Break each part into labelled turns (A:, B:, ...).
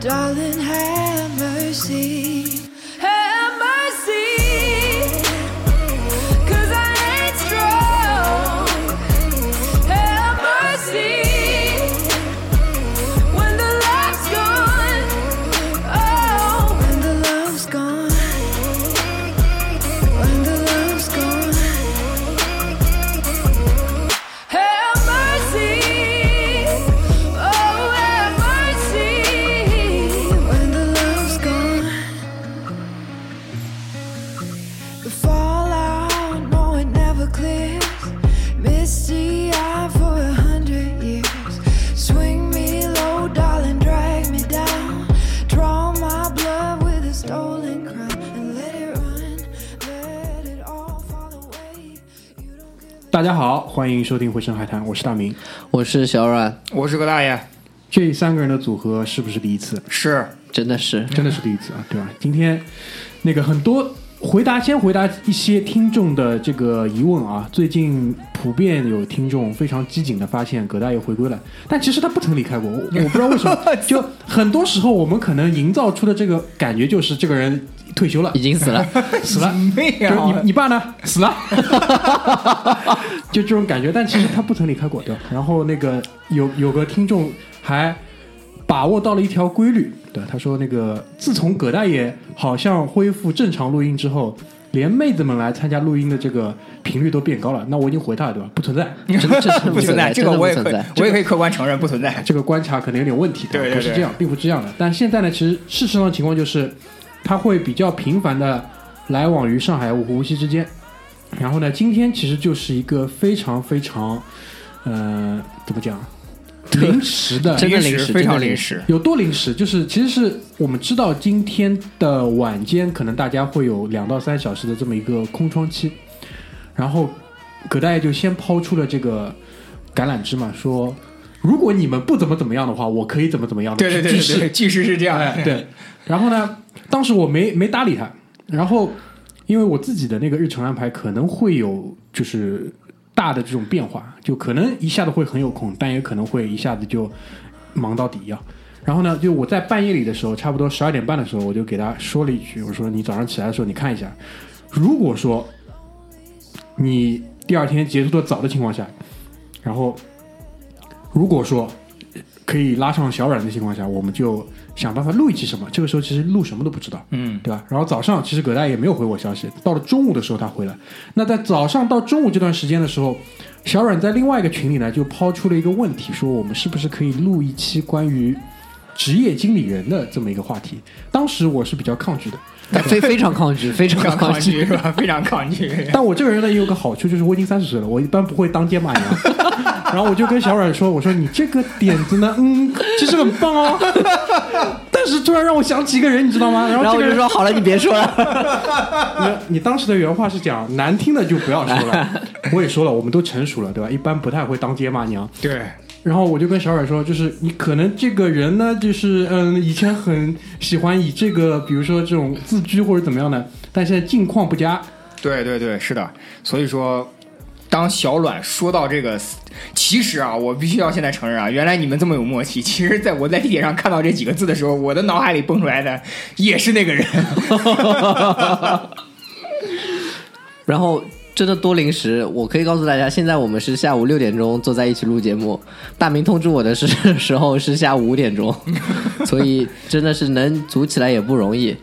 A: darling, have mercy. Have mercy. 'Cause I ain't strong. Have mercy. When the love's gone. Oh, when the love's gone. When the love's gone. Have mercy, oh have mercy. When the love's gone, the fallout, no, it never clears. Misty eye for a hundred years. Swing me low, darling, drag me down. Draw my blood with a stolen crown and let it run, let it all fall away. You don't give.
B: 大家好，欢迎收听《回声海滩》，我是大明。
C: 我是小阮，
D: 我是个大爷，
B: 这三个人的组合是不是第一次？
C: 嗯
D: 是
C: 真的是
B: 真的是第一次啊，对吧？今天那个很多回答，先回答一些听众的这个疑问啊。最近普遍有听众非常机警的发现葛大爷回归了，但其实他不曾离开过，我我不知道为什么。就很多时候我们可能营造出的这个感觉就是这个人退休了
C: 已，经 死了，
B: 死了。
D: 没
B: 就是你你爸呢死了， 就这种感觉。但其实他不曾离开过，对吧？然后那个有有个听众还把握到了一条规律，对，他说那个自从葛大爷好像恢复正常录音之后。连妹子们来参加录音的这个频率都变高了，那我已经回他了，对吧？不存在，
C: 真真的
D: 不存 在，这
C: 真
D: 个
C: 的不
D: 我也
C: 存
D: 可以
C: 在。，
D: 我也可以客观承认不存在。
B: 这个观察可能有点问题，
D: 对对
B: 不是
D: 对
B: 这样，并不是这样的。但现在呢，其实事实上的情况就是，他会比较频繁的来往于上海、无锡之间。然后呢，今天其实就是一个非常非常，呃，怎么 讲，临时的，
C: 真的
D: 临
C: 临时
D: 非常
C: 真的
D: 临
C: 临
D: 时。
B: 有多临时？就是其实是我们知道今天的晚间可能大家会有两到三小时的这么一个空窗期，然后葛大爷就先抛出了这个橄榄枝嘛，说如果你们不怎么怎么样的话，我可以怎么怎么样的
D: 对对对
B: 去
D: 对
B: 试
D: 对，即使是这样哎的，
B: 对，然后呢，当时我没没搭理他，然后因为我自己的那个日程安排可能会有就是大的这种变化，就可能一下子会很有空，但也可能会一下子就忙到底啊。然后呢，就我在半夜里的时候，差不多十二点半的时候，我就给他说了一句，我说你早上起来的时候你看一下，如果说你第二天结束的早的情况下，然后如果说可以拉上小软的情况下，我们就想办法录一期什么。这个时候其实录什么都不知道，
D: 嗯，
B: 对吧？然后早上其实葛大爷没有回我消息，到了中午的时候他回来。那在早上到中午这段时间的时候，小阮在另外一个群里呢就抛出了一个问题，说我们是不是可以录一期关于职业经理人的这么一个话题？当时我是比较抗拒的，
C: 但非非常抗拒，非常
D: 非常
C: 抗
D: 抗拒是吧？非常抗拒。
B: 但我这个人呢也有个好处，就是我已经三十岁了，我一般不会当街骂娘。 然后我就跟小阮说：“我说你这个点子呢，嗯，其实很棒哦， 但是突然让我想起一个人，你知道吗？然
C: 然
B: 后这
C: 后我
B: 个
C: 就
B: 人，
C: 说好了，你别说了。
B: 你你当时的原话是讲难听的就不要说了，我也说了，我们都成熟了，对吧？一般不太会当街骂娘。
D: 对，
B: 然后我就跟小阮说，就是你可能这个人呢，就是嗯，以前很喜欢以这个，比如说这种自居或者怎么样的，但现在境况不佳，
D: 对对对，是的。所以说，当小阮说到这个，其实啊，我必须要现在承认啊，原来你们这么有默契。其实，在我在地铁上看到这几个字的时候，我的脑海里蹦出来的也是那个人。
C: 然后真的多临时，我可以告诉大家，现在我们是下午六点钟坐在一起录节目。大明通知我的是 时候是下午五点钟，所以真的是能组起来也不容易。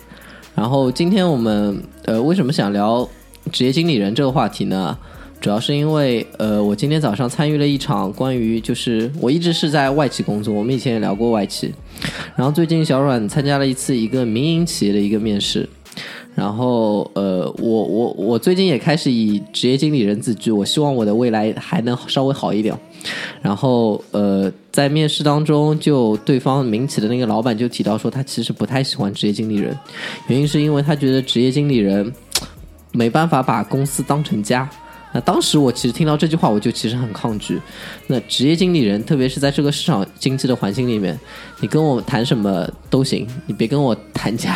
C: 然后今天我们呃为什么想聊职业经理人这个话题呢？主要是因为呃我今天早上参与了一场关于就是我一直是在外企工作，我们以前也聊过外企，然后最近小阮参加了一次一个民营企业的一个面试。然后，呃，我我我最近也开始以职业经理人自居，我希望我的未来还能稍微好一点。然后，呃，在面试当中，就对方民企的那个老板就提到说，他其实不太喜欢职业经理人，原因是因为他觉得职业经理人没办法把公司当成家。那当时我其实听到这句话，我就其实很抗拒。那职业经理人，特别是在这个市场经济的环境里面，你跟我谈什么都行，你别跟我谈家。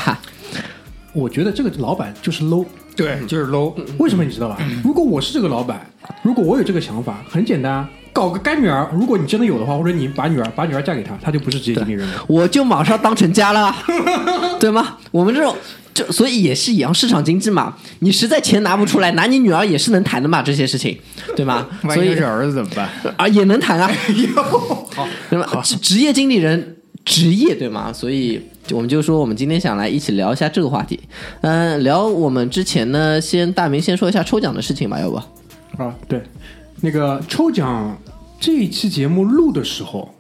B: 我觉得这个老板就是 low。
D: 对，就是 low。
B: 为什么你知道吧？如果我是这个老板，如果我有这个想法，很简单啊，搞个干女儿，如果你真的有的话，或者你把女儿把女儿嫁给他，他就不是职业经理人了。
C: 我就马上当成家 了，对吗？我们这种就所以也是一样市场经济嘛，你实在钱拿不出来，拿你女儿也是能谈的嘛，这些事情，对吗？
D: 万
C: 所
D: 一
C: 以
D: 是儿哎子怎么办？
C: 啊也能谈啊， 对吧？职职业经理人职业对吗？所以我们就说，我们今天想来一起聊一下这个话题。嗯，聊我们之前呢，先大明先说一下抽奖的事情吧，要 不？
B: 啊，对，那个抽奖这一期节目录的时候，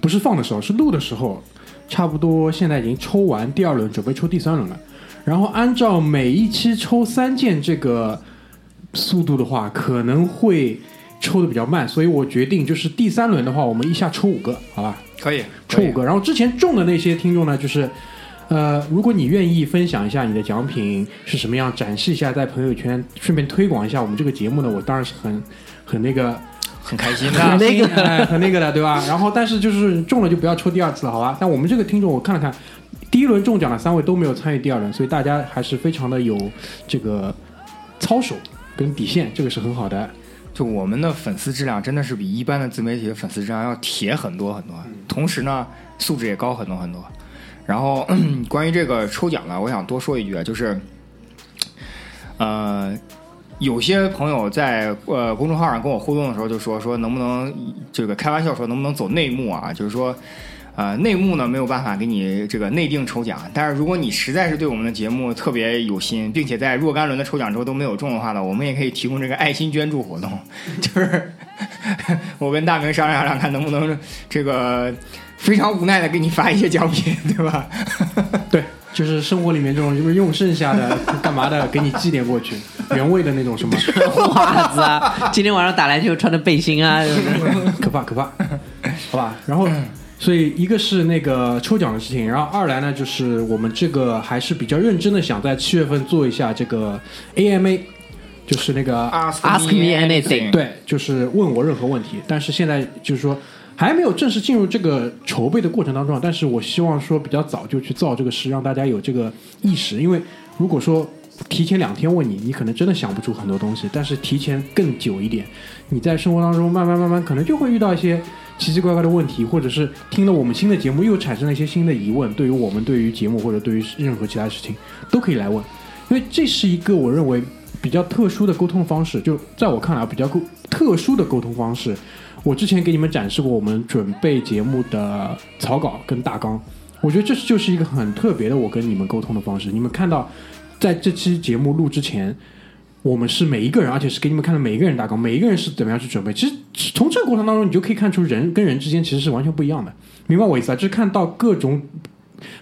B: 不是放的时候，是录的时候，差不多现在已经抽完第二轮，准备抽第三轮了。然后按照每一期抽三件这个速度的话，可能会抽的比较慢，所以我决定就是第三轮的话，我们一下抽五个，好吧？
D: 可以，
B: 抽五个。然后之前中的那些听众呢，就是，呃，如果你愿意分享一下你的奖品是什么样，展示一下在朋友圈，顺便推广一下我们这个节目呢，我当然是很很那个
D: 很开心
B: 很
D: 的。
C: 那个
B: 哎很那个的，对吧？然后但是就是中了就不要抽第二次了，好吧？但我们这个听众我看了看，第一轮中奖的三位都没有参与第二轮，所以大家还是非常的有这个操守跟底线，这个是很好的。
D: 就我们的粉丝质量真的是比一般的自媒体的粉丝质量要铁很多很多，同时呢素质也高很多很多。然后 关于这个抽奖呢，我想多说一句啊，就是，呃，有些朋友在呃公众号上跟我互动的时候就说说能不能这个开玩笑说能不能走内幕啊，就是说。呃，内幕呢没有办法给你这个内定抽奖，但是如果你实在是对我们的节目特别有心，并且在若干轮的抽奖之后都没有中的话呢，我们也可以提供这个爱心捐助活动， 就是我跟大明商量商量看能不能这个非常无奈的给你发一些奖品，对吧？
B: 对，就是生活里面这种就是用剩下的 干嘛的，给你寄点过去，原味的那种什么，
C: 袜子啊，今天晚上打篮球穿的背心啊，
B: 可怕可怕，好吧。然后，所以一个是那个抽奖的事情，然后二来呢，就是我们这个还是比较认真的想在七月份做一下这个 AMA，就是那个
D: 啊
C: Ask me anything
B: 对，就是问我任何问题。但是现在就是说还没有正式进入这个筹备的过程当中啊，但是我希望说比较早就去造这个事，让大家有这个意识。因为如果说提前两天问你，你可能真的想不出很多东西；但是提前更久一点，你在生活当中慢慢慢慢可能就会遇到一些。奇奇怪怪的问题，或者是听了我们新的节目又产生了一些新的疑问，对于我们对于节目或者对于任何其他事情都可以来问。因为这是一个我认为比较特殊的沟通方式，就在我看来啊比较沟特殊的沟通方式。我之前给你们展示过我们准备节目的草稿跟大纲，我觉得这是就是一个很特别的我跟你们沟通的方式。你们看到，在这期节目录之前，我们是每一个人，而且是给你们看的每一个人大纲，每一个人是怎么样去准备。其实从这个过程当中，你就可以看出人跟人之间其实是完全不一样的，明白我意思啊？就是看到各种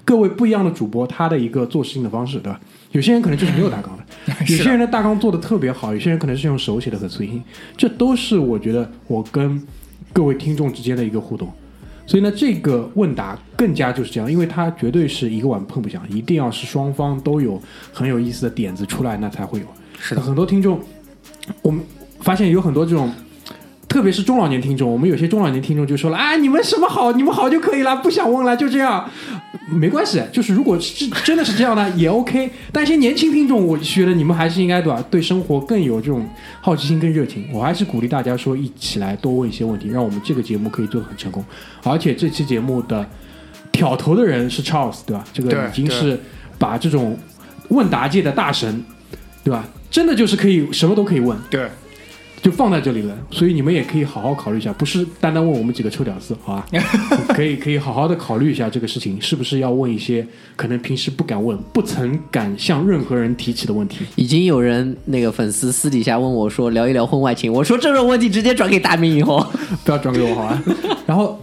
B: 各位不一样的主播他的一个做事情的方式，对吧？有些人可能就是没有大纲的，有些人的大纲做的特别好，有些人可能是用手写的和随心，这都是我觉得我跟各位听众之间的一个互动。所以呢，这个问答更加就是这样，因为它绝对是一个碗碰不响，一定要是双方都有很有意思的点子出来，那才会有。
D: 是
B: 很多听众，我们发现有很多这种，特别是中老年听众，我们有些中老年听众就说了啊，你们什么好，你们好就可以了，不想问了，就这样，没关系。就是如果是真的是 这样呢，也 OK。但一些年轻听众，我觉得你们还是应该对吧，对生活更有这种好奇心跟热情。我还是鼓励大家说，一起来多问一些问题，让我们这个节目可以做得很成功。而且这期节目的挑头的人是 Charles，对吧？这个
D: 对
B: 已经
D: 对
B: 是把这种问答界的大神，对吧？真的就是可以什么都可以问，
D: 对，
B: 就放在这里了。所以你们也可以好好考虑一下，不是单单问我们几个臭屌丝，好 吧？可以可以好好的考虑一下这个事情，是不是要问一些可能平时不敢问、不曾敢向任何人提起的问题。
C: 已经有人那个粉丝私底下问我说聊一聊婚外情，我说这种问题直接转给大明以后，
B: 不要转给我好吧？ 然后，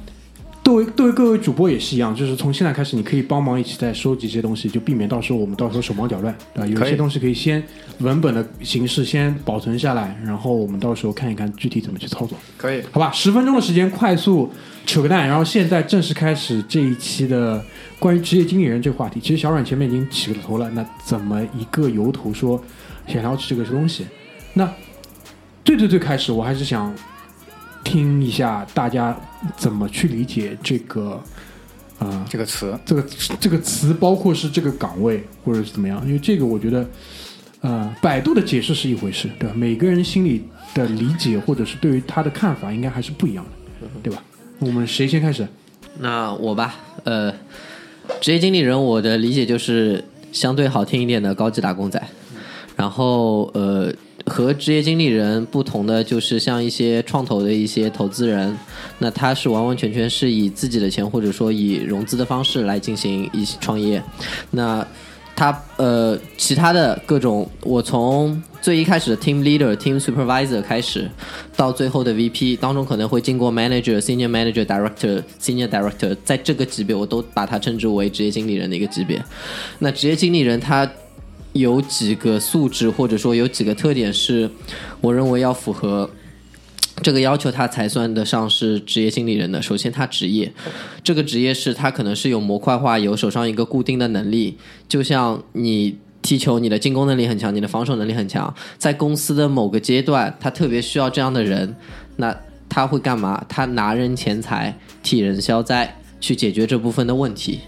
B: 对为对于各位主播也是一样，就是从现在开始，你可以帮忙一起再收集这些东西，就避免到时候我们到时候手忙脚乱，对吧？有
D: 可
B: 一
D: 以
B: 些东西可以先文本的形式先保存下来，然后我们到时候看一看具体怎么去操作，
D: 可以，
B: 好吧？十分钟的时间，快速扯个蛋，然后现在正式开始这一期的关于职业经理人这个话题。其实小阮前面已经起了头了，那怎么一个由头说想聊起这个东西？那最最最开始，我还是想听一下大家怎么去理解这个，呃，
D: 这个词
B: 这个这个词，包括是这个岗位或者是怎么样，因为这个我觉得，呃，百度的解释是一回事，对吧？每个人心里的理解或者是对于他的看法，应该还是不一样的，对吧？我们谁先开始？
C: 那我吧，呃，职业经理人，我的理解就是相对好听一点的高级打工仔。然后，呃，和职业经理人不同的就是像一些创投的一些投资人，那他是完完全全是以自己的钱或者说以融资的方式来进行一些创业。那他呃，其他的各种，我从最一开始的 team leader、team supervisor 开始，到最后的 VP 当中，可能会经过 manager、senior manager、director、senior director，在这个级别，我都把它称之为职业经理人的一个级别。那职业经理人他有几个素质，或者说有几个特点，是我认为要符合这个要求他才算得上是职业经理人的。首先，他职业，这个职业是他可能是有模块化，有手上一个固定的能力，就像你。踢球，你的进攻能力很强，你的防守能力很强，在公司的某个阶段，他特别需要这样的人，那他会干嘛？他拿人钱财，替人消灾，去解决这部分的问题。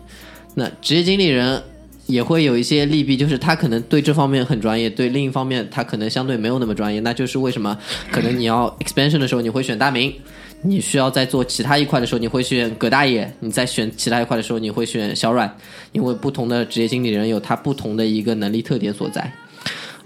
C: 那职业经理人也会有一些利弊，就是他可能对这方面很专业，对另一方面他可能相对没有那么专业。那就是为什么可能你要 expansion 的时候你会选大明，你需要在做其他一块的时候你会选葛大爷，你在选其他一块的时候你会选小阮，因为不同的职业经理人有他不同的一个能力特点所在。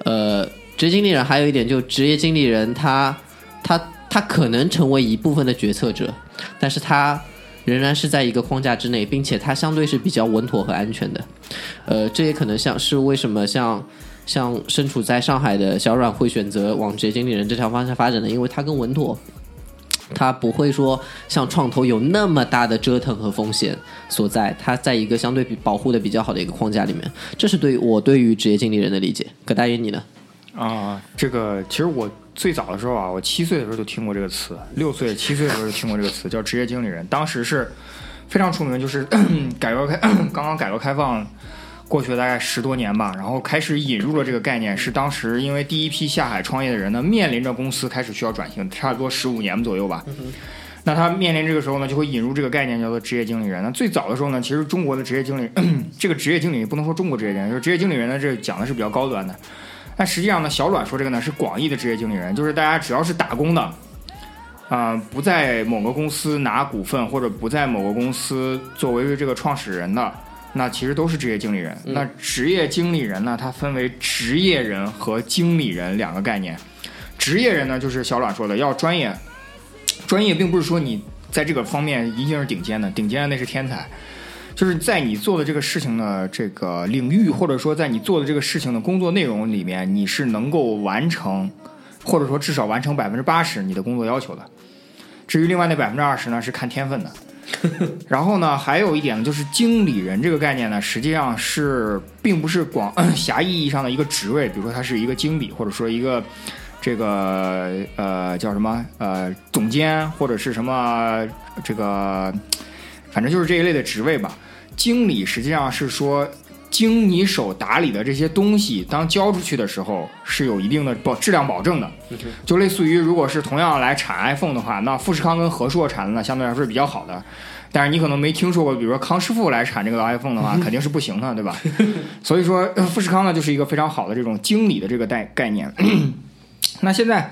C: 呃，职业经理人还有一点，就职业经理人他他他可能成为一部分的决策者，但是他仍然是在一个框架之内，并且他相对是比较稳妥和安全的。呃，这也可能像是为什么像像身处在上海的小阮会选择往职业经理人这条方向发展的，因为他更稳妥。他不会说像创投有那么大的折腾和风险所在，他在一个相对比保护的比较好的一个框架里面，这是对我对于职业经理人的理解。葛大爷，你呢？
D: 啊，这个其实我最早的时候啊，我七岁的时候就听过这个词，六岁、七岁的时候就听过这个词，叫职业经理人。当时是非常出名，就是 改革开刚刚改革开放过去了大概十多年吧，然后开始引入了这个概念，是当时因为第一批下海创业的人呢，面临着公司开始需要转型，差不多十五年左右吧。那他面临这个时候呢，就会引入这个概念，叫做职业经理人。那最早的时候呢，其实中国的职业经理， 这个职业经理不能说中国职业经理，就是职业经理人呢，这讲的是比较高端的。但实际上呢，小阮说这个呢是广义的职业经理人，就是大家只要是打工的，啊、不在某个公司拿股份或者不在某个公司作为这个创始人的，那其实都是职业经理人。那职业经理人呢，它分为职业人和经理人两个概念。职业人呢，就是小阮说的要专业，专业并不是说你在这个方面一定是顶尖的，顶尖的那是天才。就是在你做的这个事情的这个领域，或者说在你做的这个事情的工作内容里面，你是能够完成，或者说至少完成百分之八十你的工作要求的。至于另外那百分之二十呢，是看天分的。然后呢，还有一点呢，就是经理人这个概念呢，实际上是并不是广 狭义意义上的一个职位，比如说他是一个经理，或者说一个这个呃叫什么呃总监，或者是什么这个，反正就是这一类的职位吧。经理实际上是说，经你手打理的这些东西，当交出去的时候是有一定的保质量保证的。就类似于，如果是同样来产 iPhone 的话，那富士康跟和硕产的呢，相对来说是比较好的。但是你可能没听说过，比如说康师傅来产这个 iPhone 的话，肯定是不行的，对吧？所以说，呃富士康呢就是一个非常好的这种经理的这个概概念。 那现在，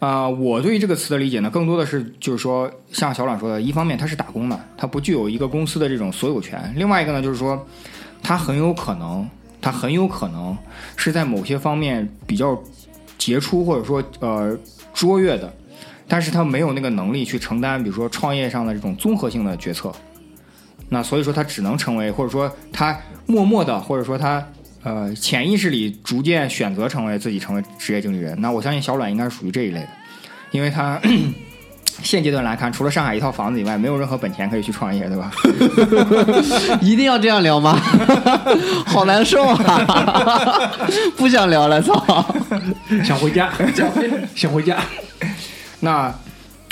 D: 呃，我对于这个词的理解呢，更多的是就是说，像小阮说的，一方面它是打工的，它不具有一个公司的这种所有权；另外一个呢，就是说，它很有可能，它很有可能是在某些方面比较杰出或者说呃卓越的，但是他没有那个能力去承担，比如说创业上的这种综合性的决策。那所以说他只能成为，或者说他默默的，或者说他呃潜意识里逐渐选择成为自己成为职业经理人。那我相信小阮应该是属于这一类的，因为他 现阶段来看，除了上海一套房子以外，没有任何本钱可以去创业，对吧？
C: 一定要这样聊吗？ 好难受啊！ 不想聊了，操！
B: 想回家，想回家。
D: 那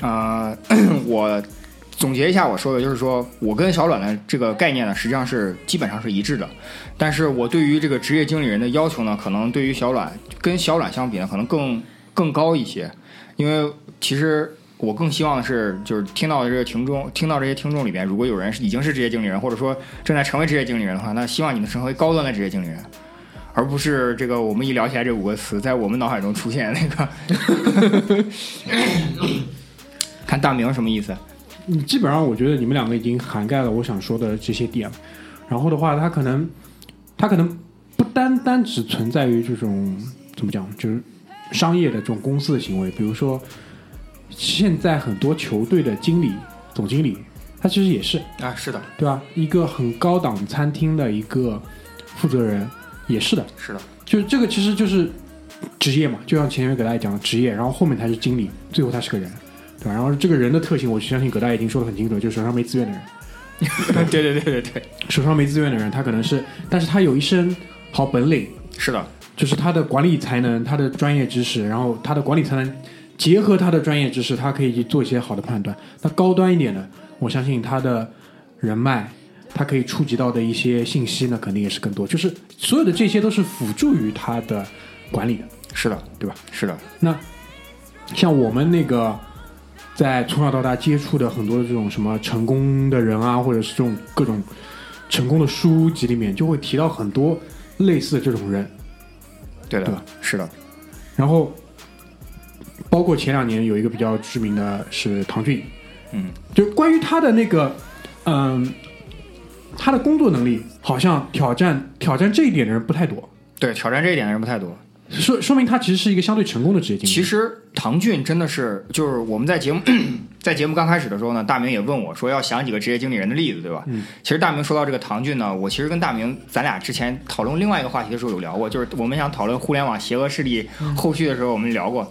D: 呃， 我总结一下我说的，就是说我跟小阮的这个概念呢，实际上是基本上是一致的。但是我对于这个职业经理人的要求呢，可能对于小阮跟小阮相比呢，可能更更高一些，因为其实。我更希望的是，就是听到的这个听众，听到这些听众里边，如果有人是已经是职业经理人，或者说正在成为职业经理人的话，那希望你能成为高端的职业经理人，而不是这个我们一聊起来这五个词在我们脑海中出现那个。看大明什么意思？
B: 你嗯基本上我觉得你们两个已经涵盖了我想说的这些点，然后的话，它可能它可能不单单只存在于这种怎么讲，就是商业的这种公司的行为，比如说现在很多球队的经理、总经理，他其实也是
D: 啊，是的，
B: 对吧？一个很高档餐厅的一个负责人也是的，
D: 是的，
B: 就是这个其实就是职业嘛，就像前面给大家讲的职业，然后后面才是经理，最后他是个人，对吧？然后这个人的特性，我相信葛大已经说的很清楚了，就是手上没资源的人，
D: 对对对对对，
B: 手上没资源的人，他可能是，但是他有一身好本领，
D: 是的，
B: 就是他的管理才能、他的专业知识，然后他的管理才能结合他的专业知识，他可以去做一些好的判断。那高端一点的，我相信他的人脉，他可以触及到的一些信息呢，肯定也是更多。就是所有的这些都是辅助于他的管理的。
D: 是的，
B: 对吧？
D: 是的，
B: 那像我们那个在从小到大接触的很多的这种什么成功的人啊，或者是这种各种成功的书籍里面，就会提到很多类似的这种人。
D: 对
B: 对
D: 的
B: 吧，
D: 是的，
B: 然后包括前两年有一个比较知名的是唐俊，
D: 嗯，
B: 就关于他的那个，嗯，他的工作能力，好像挑战挑战这一点的人不太多，
D: 对，挑战这一点的人不太多。
B: 说说明他其实是一个相对成功的职业经理。
D: 其实唐俊真的是，就是我们在节目 在节目刚开始的时候呢，大明也问我说要想几个职业经理人的例子，对吧？
B: 嗯
D: 其实大明说到这个唐俊呢，我其实跟大明咱俩之前讨论另外一个话题的时候有聊过，就是我们想讨论互联网邪恶势力
B: 嗯
D: 后续的时候，我们聊过。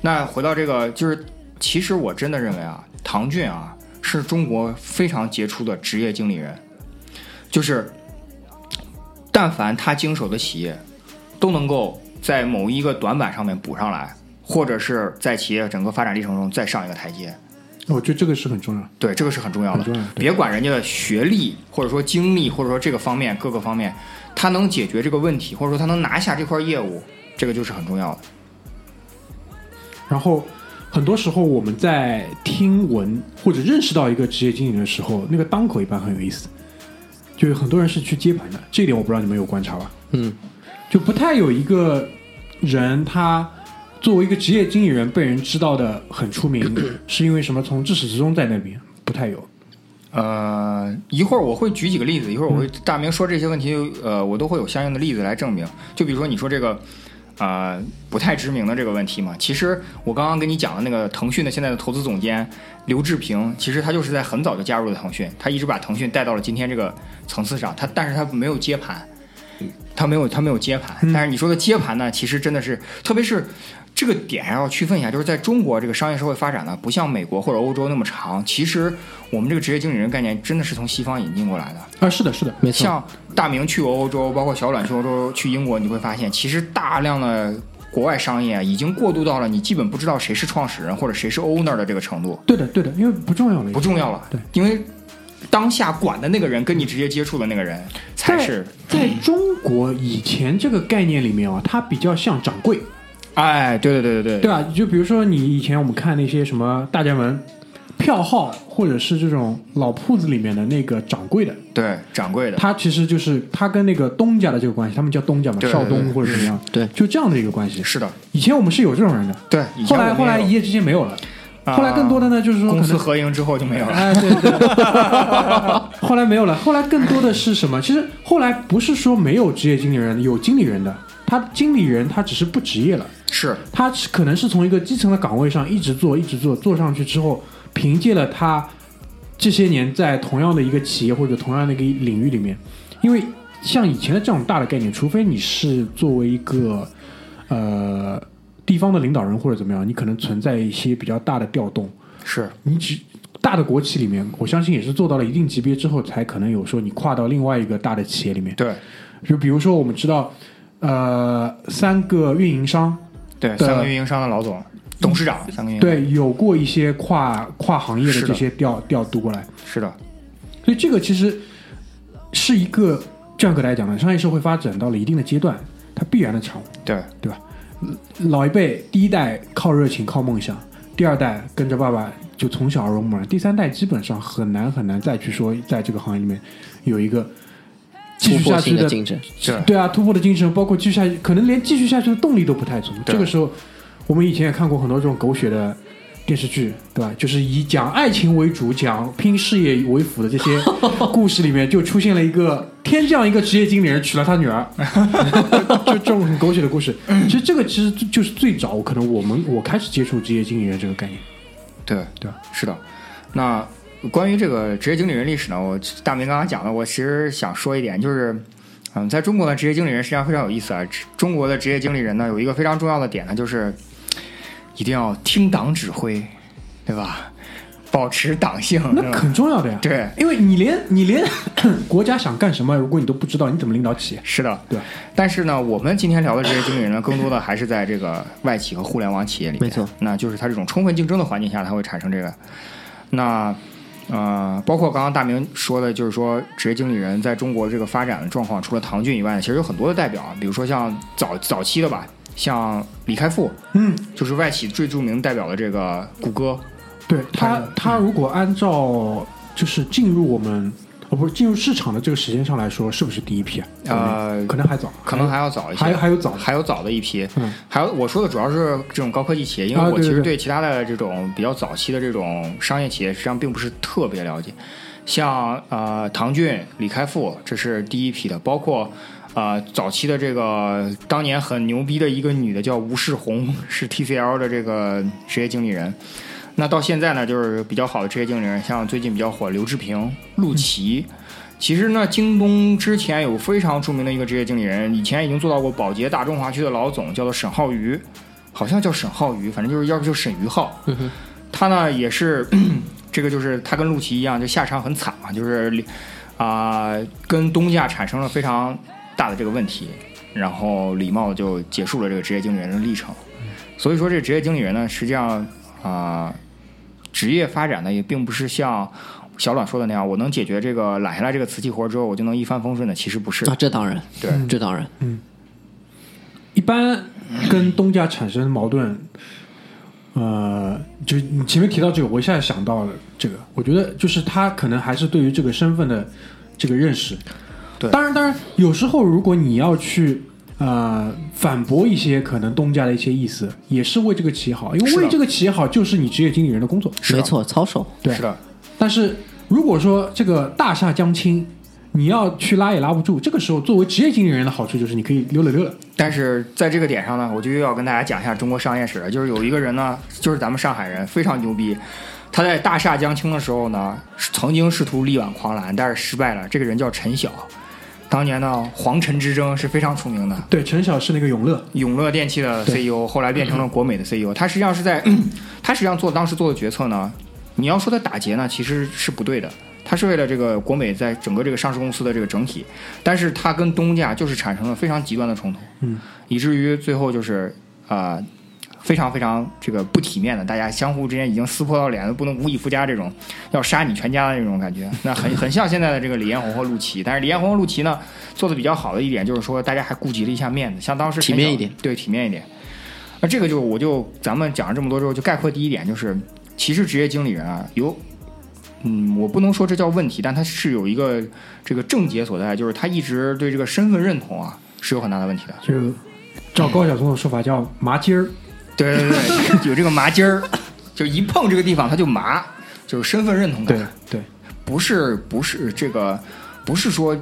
D: 那回到这个，就是其实我真的认为啊，唐俊啊是中国非常杰出的职业经理人，就是但凡他经手的企业，都能够在某一个短板上面补上来，或者是在企业整个发展历程中再上一个台阶。
B: 我觉得这个是很重要。
D: 对，这个是很重要的。
B: 很重要对
D: 别管人家的学历，或者说经历，或者说这个方面各个方面，他能解决这个问题，或者说他能拿下这块业务，这个就是很重要的。
B: 然后很多时候我们在听闻或者认识到一个职业经理的时候，那个当口一般很有意思，就是很多人是去接盘的，这一点我不知道你们有观察吧？
C: 嗯，
B: 就不太有一个人他作为一个职业经理人被人知道的很出名，是因为什么？从至始至终在那边不太有。
D: 呃，一会儿我会举几个例子，一会儿我会大明说这些问题，呃，我都会有相应的例子来证明。就比如说你说这个，呃，不太知名的这个问题嘛，其实我刚刚跟你讲的那个腾讯的现在的投资总监刘志平，其实他就是在很早就加入了腾讯，他一直把腾讯带到了今天这个层次上，他但是他没有接盘。他没有，他没有接盘，但是你说的接盘呢，其实真的是，特别是这个点还要区分一下，就是在中国这个商业社会发展呢，不像美国或者欧洲那么长。其实我们这个职业经理人概念真的是从西方引进过来的。
B: 啊，是的，是的，
C: 没错，
D: 像大明去欧洲，包括小阮去欧洲、去英国，你会发现，其实大量的国外商业啊已经过渡到了你基本不知道谁是创始人或者谁是 owner 的这个程度，
B: 对的，对的，因为不重要了，
D: 不重要了。
B: 对，
D: 因为当下管的那个人跟你直接接触的那个人才是，
B: 在中国以前这个概念里面啊，它比较像掌柜，
D: 哎，对对对对
B: 对
D: 对，
B: 吧？就比如说你以前我们看那些什么大宅门、票号，或者是这种老铺子里面的那个掌柜的，
D: 对掌柜的，
B: 他其实就是他跟那个东家的这个关系，他们叫东家嘛，
D: 对
B: 少
D: 对
B: 东
D: 对
B: 或者怎么样，
C: 对
B: 就这样的一个关系。
D: 是的，
B: 以前我们是有这种人的，
D: 对。以
B: 后
D: 前我们
B: 来
D: 也
B: 后来
D: 有
B: 一夜之间没有了，
D: 啊
B: 后来更多的呢就是说
D: 公
B: 可
D: 私
B: 能。
D: 合营之后就没有了。
B: 哎，对对，后来没有了。后来更多的是什么？其实后来不是说没有职业经理人，有经理人的，他经理人他只是不职业了，
D: 是
B: 他是可能是从一个基层的岗位上一直做，一直做，做上去之后，凭借了他这些年在同样的一个企业或者同样的一个领域里面，因为像以前的这种大的概念，除非你是作为一个呃地方的领导人或者怎么样，你可能存在一些比较大的调动，
D: 是，
B: 你只。大的国企里面，我相信也是做到了一定级别之后，才可能有说你跨到另外一个大的企业里面。
D: 对
B: 就比如说，我们知道，呃，三个运营商，
D: 对，
B: 对嗯
D: 三个运营商的老总、董事长，三个运营
B: 对，有过一些跨跨行业的
D: 是的
B: 这些调调度过来，
D: 是的，
B: 所以这个其实是一个，这样给大家讲的，商业社会发展到了一定的阶段，它必然的产物，
D: 对
B: 对吧？老一辈第一代靠热情靠梦想，第二代跟着爸爸就从小耳濡目染，第三代基本上很难很难再去说在这个行业里面有一个继
C: 突
B: 续
C: 破
B: 下
C: 性
B: 去
C: 的
B: 的
C: 竞争。
E: 是
B: 对啊，突破的精神，包括继续下去，可能连继续下去的动力都不太足。
E: 对
B: 这个时候，我们以前也看过很多这种狗血的电视剧，对吧？就是以讲爱情为主、讲拼事业为辅的 这些故事里面，就出现了一个天降一个职业经理人娶了他女儿， 就这种很狗血的故事。其实这个其实就就是最早可能我们我开始接触职业经理人这个概念。
D: 对
B: 对吧
D: 是的。那关于这个职业经理人历史呢，我大明刚刚讲的，我其实想说一点，就是，嗯，在中国的职业经理人实际上非常有意思啊。职中国的职业经理人呢，有一个非常重要的点呢，就是一定要听党指挥，对吧？保持党性，
E: 嗯
D: 对
B: 那
D: 吧
B: 很重要的呀。
D: 对
B: 因为你连你连 国家想干什么，如果你都不知道，你怎么领导企业？
D: 是的，
B: 对吧
D: 但是呢，我们今天聊的这些经理人呢，更多的还是在这个外企和互联网企业里面，
C: 没错，
D: 那就是它这种充分竞争的环境下，它会产生这个。那呃，包括刚刚大明说的，就是说职业经理人在中国这个发展的状况，除了唐骏以外，其实有很多的代表啊，比如说像早早期的吧，像李开复，
B: 嗯，
D: 就是外企最著名代表的这个谷歌，
B: 对他，他如果按照就是进入我们哦，不是进入市场的这个时间上来说，是不是第一批啊？
D: 呃
B: 可能还早，
D: 可能还要早一些，
B: 还还有早的
D: 还有早的一批。
B: 嗯
D: 还有我说的主要是这种高科技企业，因为
B: 啊
D: 我
B: 对
D: 其实
B: 对
D: 对其他的这种比较早期的这种商业企业，实际上并不是特别了解。像呃唐骏、李开复，这是第一批的，包括。呃，早期的这个当年很牛逼的一个女的叫吴世红，是 TCL 的这个职业经理人。那到现在呢，就是比较好的职业经理人，像最近比较火刘志平、陆琪。
B: 嗯
D: 其实呢，京东之前有非常著名的一个职业经理人，以前已经做到过保洁大中华区的老总，叫做沈浩宇，好像叫沈浩宇，反正就是要不就沈于浩。他呢也是， 这个就是他跟陆琪一样，就下场很惨嘛，就是啊、跟东家产生了非常大的这个问题，然后李茂就结束了这个职业经理人的历程。所以说，这个职业经理人呢，实际上啊、职业发展呢，也并不是像小阮说的那样，我能解决这个揽下来这个瓷器活之后，我就能一帆风顺的。其实不是，
C: 啊，这当然，
D: 对，
C: 这当然。
B: 嗯一般跟东家产生矛盾，呃，就是你前面提到这个，我一下想到了这个，我觉得就是他可能还是对于这个身份的这个认识。
D: 对
B: 当然，当然，有时候如果你要去呃反驳一些可能东家的一些意思，也是为这个企业好，因为
D: 是的
B: 为这个企业好就是你职业经理人的工作。
D: 是的
C: 没错，操守。
B: 对
D: 是的，
B: 但是如果说这个大厦将倾，你要去拉也拉不住，这个时候作为职业经理人的好处就是你可以溜了溜了。
D: 但是在这个点上呢，我就又要跟大家讲一下中国商业史了。就是有一个人呢，就是咱们上海人，非常牛逼。他在大厦将倾的时候呢，曾经试图力挽狂澜，但是失败了。这个人叫陈晓，当年呢皇城之争是非常出名的。
B: 对，陈晓是那个永乐，
D: 永乐电器的
B: 对
D: CEO，后来变成了国美的 CEO。他实际上是在，他实际上做当时做的决策呢，你要说他打劫呢，其实是不对的。他是为了这个国美在整个这个上市公司的这个整体，但是他跟东家就是产生了非常极端的冲突，
B: 嗯，
D: 以至于最后就是啊、呃非常非常这个不体面的，大家相互之间已经撕破了脸，不能无以复加这种要杀你全家的那种感 觉，那很很像现在的这个李彦宏和陆琪，但是李彦宏和陆琪呢做的比较好的一点就是说大家还顾及了一下面子，像当时
C: 体面
D: 陈晓
C: 一点，
D: 对体面一点。那这个就我就咱们讲了这么多之后，就概括第一点就是，其实职业经理人啊有。嗯，我不能说这叫问题，但他是有一个这个症结所在，就是他一直对这个身份认同啊是有很大的问题的。
B: 就照高晓松的说法叫麻筋儿。
D: 对对对，有 这个麻筋儿，就一碰这个地方他就麻，就是身份认同感。
B: 对，
D: 不是不是这个，不是说，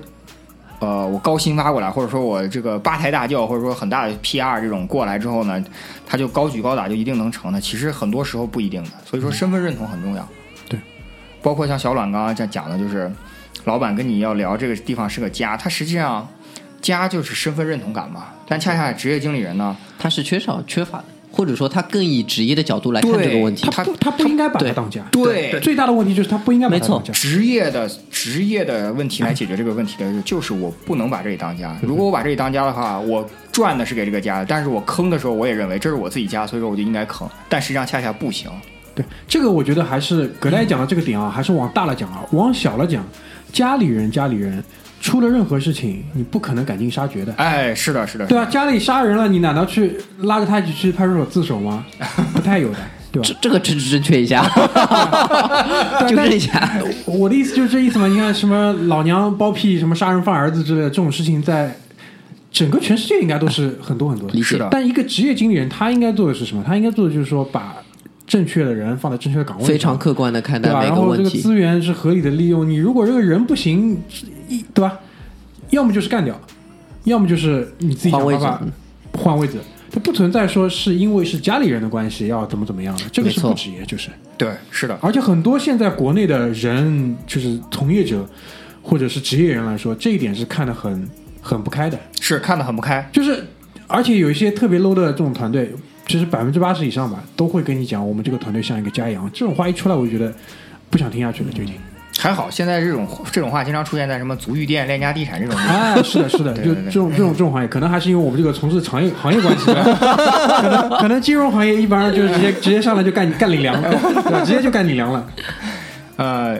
D: 呃，我高薪挖过来，或者说我这个八抬大轿，或者说很大的 PR 这种过来之后呢，他就高举高打就一定能成的。其实很多时候不一定的，所以说身份认同很重要。
B: 对，
D: 包括像小阮刚刚这样讲的，就是老板跟你要聊这个地方是个家，他实际上家就是身份认同感嘛。但恰恰职业经理人呢，
C: 他是缺少缺乏的，或者说他更以职业的角度来看这个问题
D: 对。
B: 他不
D: 他
B: 他不应该把
C: 对
B: 他当家。
D: 对
B: 最大的问题就是他不应该把他当家。
D: 职业的职业的问题来解决这个问题的，就是我不能把这里当家。 如果我把这里当家的话，我赚的是给这个家，但是我坑的时候，我也认为这是我自己家，所以说我就应该坑。但实际上恰恰不行。
B: 对，这个我觉得还是葛大爷讲的这个点啊，还是往大了讲啊，往小了讲，家里人家里人出了任何事情，你不可能赶尽杀绝的。
D: 哎，是的，是的，
B: 对啊，家里杀人了，你难道去拉着他一起去派出所自首吗？不太有的。对吧
C: 这这个正正确一下， 纠正一下。
B: 我的意思就是这意思嘛。你看什么老娘包庇什么杀人犯儿子之类的这种事情，在整个全世界应该都是很多很多的。
C: 理解
D: 是的
B: 但一个职业经理人，他应该做的是什么？他应该做的就是说，把正确的人放在正确的岗位上，
C: 非常客观的看
B: 啊对
C: 待
B: 吧？
C: 每
B: 然
C: 个
B: 后这
C: 问
B: 个
C: 题。
B: 资源是合理的利用。你如果这个人不行，一对吧？要么就是干掉，要么就是你自己想
C: 换位
B: 办
C: 置嗯
B: 法换位置。它不存在说是因为是家里人的关系要怎么怎么样的，这个
C: 没
B: 是
C: 错
B: 不职业，就是。
D: 对，是的，
B: 而且很多现在国内的人，就是从业者或者是职业人来说，这一点是看得很很不开的。
D: 是看得很不开。
B: 就是，而且有一些特别 low 的这种团队，其实百分之八十以上吧，都会跟你讲我们这个团队像一个家一样。这种话一出来，我就觉得不想听下去了，就已经。
D: 还好现在这种这种话经常出现在什么足浴店、链家地产这种地方。
B: 啊，是的，是的，
D: 对
B: 就
D: 对对
B: 这种这种这种行业，可能还是因为我们这个从事行业行业关 系，吧。可能可能金融行业一般就是直接直接上来就干干领粮了，对吧？直接就干领粮了。
D: 呃，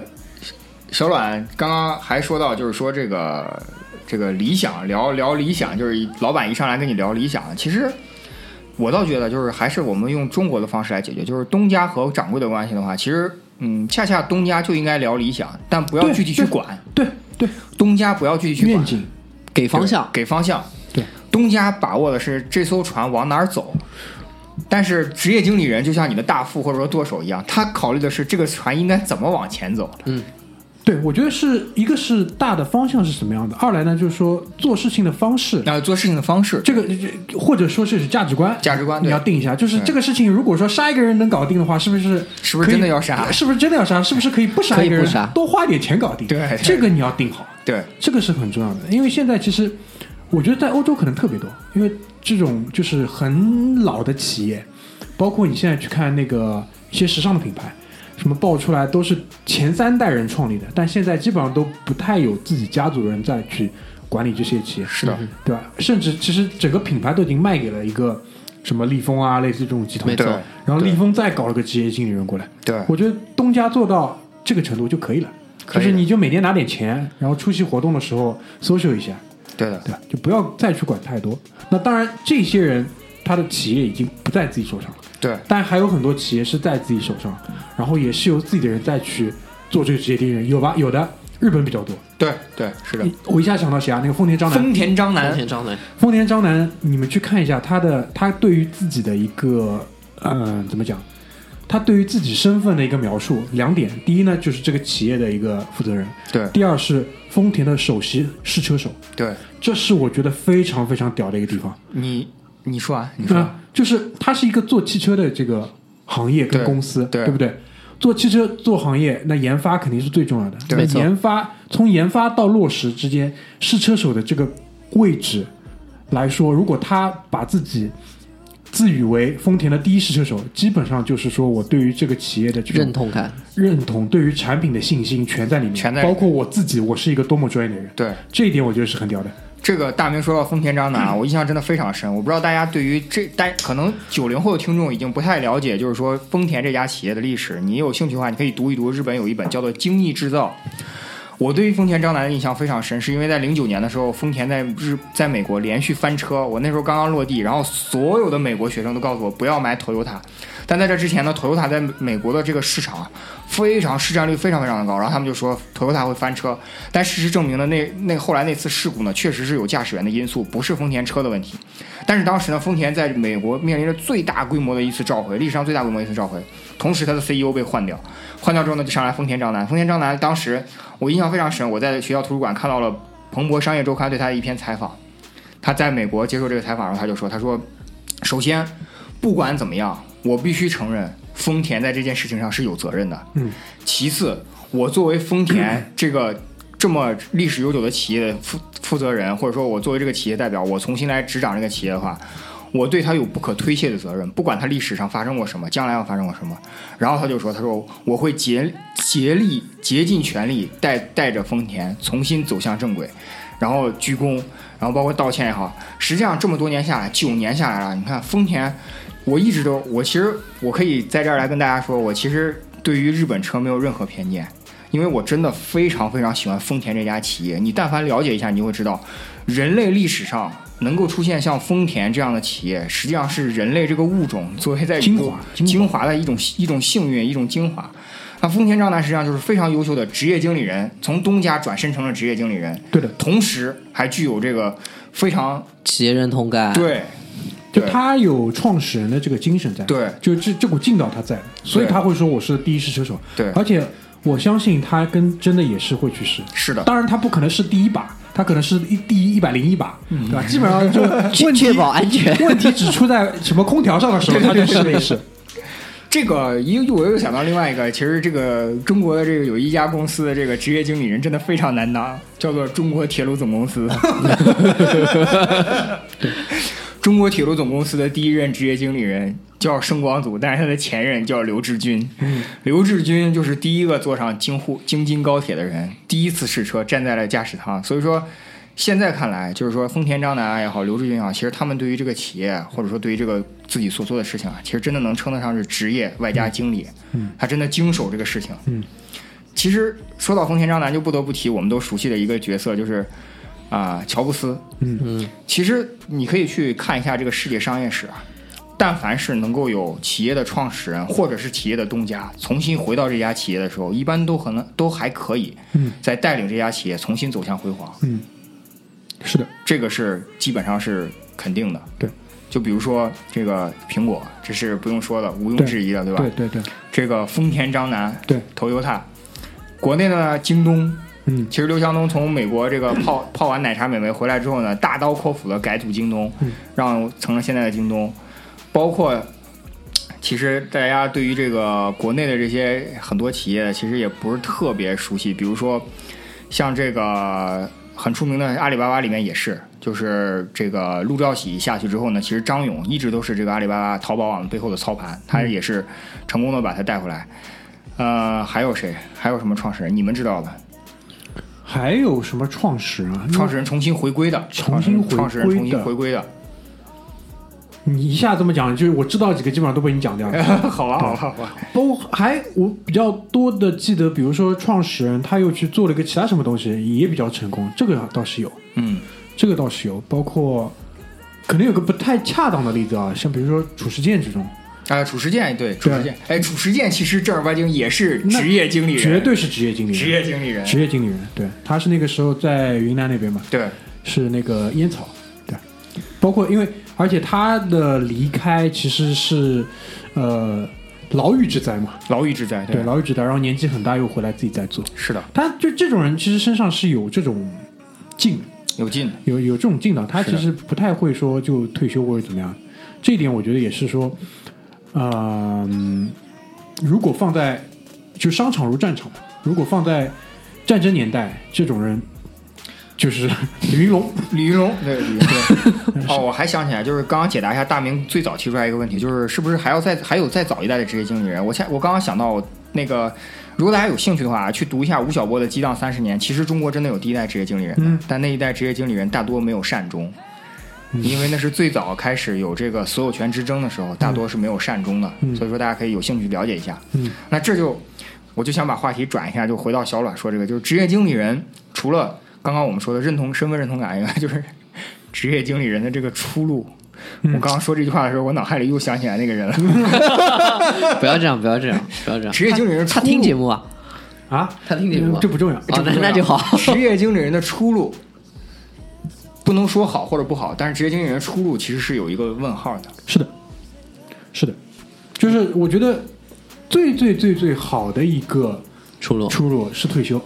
D: 小阮刚刚还说到，就是说这个这个理想，聊聊理想，就是老板一上来跟你聊理想，其实。我倒觉得，就是还是我们用中国的方式来解决，就是东家和掌柜的关系的话，其实，嗯，恰恰东家就应该聊理想，但不要
B: 对
D: 具体去
B: 对
D: 管。
B: 对对，
D: 东家不要具体去管
B: 愿，景
C: 给方向，
D: 给方向。
B: 对，
D: 东家把握的是这艘船往哪儿走，但是职业经理人就像你的大副或者说舵手一样，他考虑的是这个船应该怎么往前走。
B: 对，我觉得是一个是大的方向是什么样的，二来呢就是说做事情的方式，
D: 那、做事情的方式，
B: 这个这或者说是价值观，
D: 价值观
B: 你
D: 对
B: 要定一下。就是
D: 对
B: 这个事情，如果说杀一个人能搞定的话，是不是
D: 是不是
B: 可以
D: 真的要杀
B: 是不是真的要杀？是不是可以不杀
C: 可以
B: 一个
C: 不
B: 人
C: 杀，
B: 多花一点钱搞定？
D: 对对
B: 这个你要定好，
D: 对
B: 这个是很重要的。因为现在其实我觉得在欧洲可能特别多，因为这种就是很老的企业，包括你现在去看那个一些时尚的品牌。什么爆出来都是前三代人创立的，但现在基本上都不太有自己家族人再去管理这些企业。
D: 是的，
B: 对吧？甚至其实整个品牌都已经卖给了一个什么利丰啊，类似这种集团。
C: 没错
D: 对
B: 然后利丰再搞了个职业经理人过来，
D: 对
B: 我觉得东家做到这个程度就可以了，
D: 嗯可以了
B: 就是你就每年拿点钱，然后出席活动的时候 social 一下，
D: 对的，
B: 对吧？就不要再去管太多。那当然，这些人他的企业已经不在自己手上了，
D: 对
B: 但还有很多企业是在自己手上，然后也是由自己的人再去做这个职业经理人，有吧？有的日本比较多。
D: 对对，是的。
B: 我一下想到谁啊？那个丰田章男，
D: 丰田章
C: 丰
D: 男，
C: 田章男
B: 丰田章男，你们去看一下他的，他对于自己的一个，嗯、怎么讲？他对于自己身份的一个描述，两点：第一呢，就是这个企业的一个负责人；
D: 对
B: 第二是丰田的首席试车手，
D: 对，
B: 这是我觉得非常非常屌的一个地方。
D: 你你说啊，你
B: 啊、
D: 说、
B: 就是他是一个做汽车的这个行业跟
D: 对
B: 公司，
D: 对
B: 不对？做汽车做行业，那研发肯定是最重要的。那
D: 对
C: 没错
B: 研发从研发到落实之间，试车手的这个位置来说，如果他把自己自诩为丰田的第一试车手，基本上就是说我对于这个企业的这
C: 认
B: 种
C: 同感，
B: 认同，对于产品的信心全在里面，
D: 全在里
B: 包
D: 面
B: 括我自己，我是一个多么专业的人，
D: 对。
B: 这一点我觉得是很屌的。
D: 这个大明说到丰田章男啊，我印象真的非常深。我不知道大家对于这，大可能九零后的听众已经不太了解，就是说丰田这家企业的历史。你有兴趣的话，你可以读一读日本有一本叫做《精益制造》。我对于丰田章男的印象非常深，是因为在零九年的时候，丰田在日在美国连续翻车，我那时候刚刚落地，然后所有的美国学生都告诉我不要买 Toyota。但在这之前呢，Toyota 在美国的这个市场啊非常市占率非常非常的高，然后他们就说 Toyota 会翻车，但事实证明呢，那那后来那次事故呢，确实是有驾驶员的因素，不是丰田车的问题。但是当时呢，丰田在美国面临着最大规模的一次召回，历史上最大规模的一次召回，同时它的 CEO 被换掉，换掉之后呢，就上来丰田章男。丰田章男当时我印象非常深，我在学校图书馆看到了彭博商业周刊对他的一篇采访，他在美国接受这个采访的时候，他就说，他说，首先不管怎么样，我必须承认丰田在这件事情上是有责任的，
B: 嗯，
D: 其次，我作为丰田这个这么历史悠久的企业的负负责人，或者说我作为这个企业代表，我重新来执掌这个企业的话，我对他有不可推卸的责任，不管他历史上发生过什么，将来要发生过什么。然后他就说：“他说我会竭竭力竭尽全力带带着丰田重新走向正轨，然后鞠躬，然后包括道歉也好。实际上这么多年下来，九年下来了，你看丰田，我一直都我其实我可以在这儿来跟大家说，我其实对于日本车没有任何偏见。”因为因为我真的非常非常喜欢丰田这家企业。你但凡了解一下，你就会知道，人类历史上能够出现像丰田这样的企业，实际上是人类这个物种作为在
B: 精
D: 宇宙
B: 华
D: 精华的一种一种幸运，一种精华。那丰田张楠实际上就是非常优秀的职业经理人，从东家转身成了职业经理人，
B: 对的，
D: 同时还具有这个非常
C: 企业认同感，，
D: 对
B: 就
D: 对
B: 他有创始人的这个精神在，
D: 对
B: 就这这股劲道他在，所以
D: 对
B: 他会说我是第一试车手，
D: 对
B: 而且我相信他跟真的也是会去试，
D: 是的，
B: 当然他不可能是第一把，他可能是一第一一百零一把，
D: 嗯
B: 对吧？基本上 就
C: 确
B: 问题。
C: 确保安全
B: 问题只出在什么空调上的 时候，他就试了一试，
D: 这个，因为我又想到另外一个，其实这个中国的这个有一家公司的这个职业经理人真的非常难当，叫做中国铁路总公司。中国铁路总公司的第一任职业经理人叫盛光祖，但是他的前任叫刘志军。刘志军就是第一个坐上京沪京津高铁的人，第一次试车站在了驾驶舱，所以说。现在看来，就是说丰田章男也好，刘志军也啊好，其实他们对于这个企业，或者说对于这个自己所做的事情啊，其实真的能称得上是职业外加经理，他真的经手这个事情。啊
B: 嗯，
D: 其实说到丰田章男，就不得不提我们都熟悉的一个角色，就是啊、乔布斯。
B: 嗯
D: 嗯，其实你可以去看一下这个世界商业史啊。但凡是能够有企业的创始人或者是企业的东家重新回到这家企业的时候，一般都很都还可以，
B: 嗯，
D: 再带领这家企业重新走向辉煌。
B: 嗯，是的，
D: 这个是基本上是肯定的。
B: 对，
D: 就比如说这个苹果，这是不用说的，毋庸
B: 对
D: 置疑的，对吧？
B: 对对对
D: 这个丰田章男，
B: 对，
D: ，Toyota，国内的呢，京东。
B: 嗯，
D: 其实刘强东从美国这个泡泡完奶茶美味回来之后呢，大刀阔斧的改组京东
B: 嗯，
D: 让成了现在的京东。包括其实大家对于这个国内的这些很多企业，其实也不是特别熟悉，比如说像这个很出名的阿里巴巴里面也是，就是这个陆兆禧下去之后呢，其实张勇一直都是这个阿里巴巴淘宝网背后的操盘，他
B: 嗯
D: 也是成功的把他带回来。呃，还有谁？还有什么创始人？你们知道的？
B: 还有什么创始人啊？
D: 创始人重新回归的，
B: 嗯重新回归的
D: 创始人重新回归的，
B: 你一下这么讲，就是我知道几个基本上都被你讲掉了。
D: 好吧，好吧，好吧，
B: 包括还我比较多的记得，比如说创始人他又去做了一个其他什么东西，也比较成功，这个倒是有，
D: 嗯，
B: 这个倒是有。包括可能有个不太恰当的例子啊，像比如说褚时健这种，
D: 啊，褚时健，对，褚时健，哎，褚时健其实正儿八经也是
B: 那
D: 职业经理人，
B: 绝对是职业经理人，
D: 职业经理人，
B: 职业经理人。对，他是那个时候在云南那边嘛，
D: 对，
B: 是那个烟草，对，包括因为而且他的离开其实是呃牢狱之灾嘛，
D: 牢狱之灾，
B: 对，牢狱之灾，然后年纪很大又回来自己再做。
D: 是的，
B: 他就这种人，其实身上是有这种劲，
D: 有劲的，
B: 有有这种劲的。他
D: 是的
B: 其实不太会说就退休或者怎么样，这一点我觉得也是说，呃嗯、如果放在就商场如战场，如果放在战争年代，这种人就是 李云龙，
D: 李云龙，对，李云龙。 哦，我还想起来，就是刚刚解答一下大明最早提出来一个问题，就是是不是还要再还有再早一代的职业经理人？我现我刚刚想到那个，如果大家有兴趣的话，去读一下吴晓波的《激荡三十年》。其实中国真的有第一代职业经理人的，
B: 嗯
D: 但那一代职业经理人大多没有善终。因为那是最早开始有这个所有权之争的时候，大多是没有善终的，
B: 嗯
D: 所以说大家可以有兴趣了解一下。
B: 嗯
D: 那这就我就想把话题转一下，就回到小阮说这个，就是职业经理人除了刚刚我们说的认同身份认同感以外， 就是职业经理人的这个出路。我刚刚说这句话的时候，我脑海里又想起来那个人了。
C: 不要这样，不要这样， 不要这样。
D: 职业经理人
C: 他
D: 出路
C: 听节目啊，
B: 啊，
C: 他听节目啊
B: 这不重要，
C: 哦，那那就好。
D: 职业经理人的出路，不能说好或者不好，但是职业经理人的出路其实是有一个问号的。
B: 是的，是的，就是我觉得最最最最好的一个
C: 出路，
B: 出路是退休。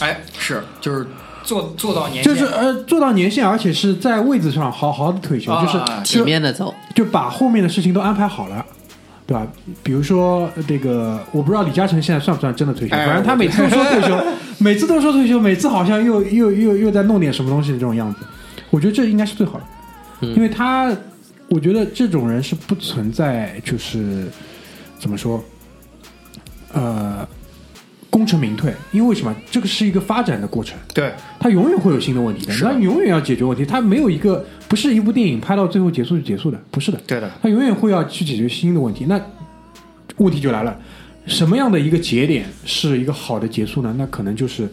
D: 哎，是，就是做做到年限
B: 就是呃，做到年限，而且是在位子上好好的退休，
D: 啊
B: 就是
C: 体面的走。
B: 就把后面的事情都安排好了，对吧？比如说呃这个，我不知道李嘉诚现在算不算真的退休，
D: 哎
B: 反正他
D: 我
B: 每次都说退休， 每次都说退休，每次好像又又又又在弄点什么东西的这种样子。我觉得这应该是最好的，
D: 嗯
B: 因为他，我觉得这种人是不存在，就是怎么说，呃，功成名退，因为为什么？这个是一个发展的过程。
D: 对，
B: 他永远会有新的问题的，
D: 是的
B: 他永远要解决问题，他没有一个不是一部电影拍到最后结束就结束的，不是的，
D: 对的，
B: 他永远会要去解决新的问题。那问题就来了，什么样的一个节点是一个好的结束呢？那可能就是，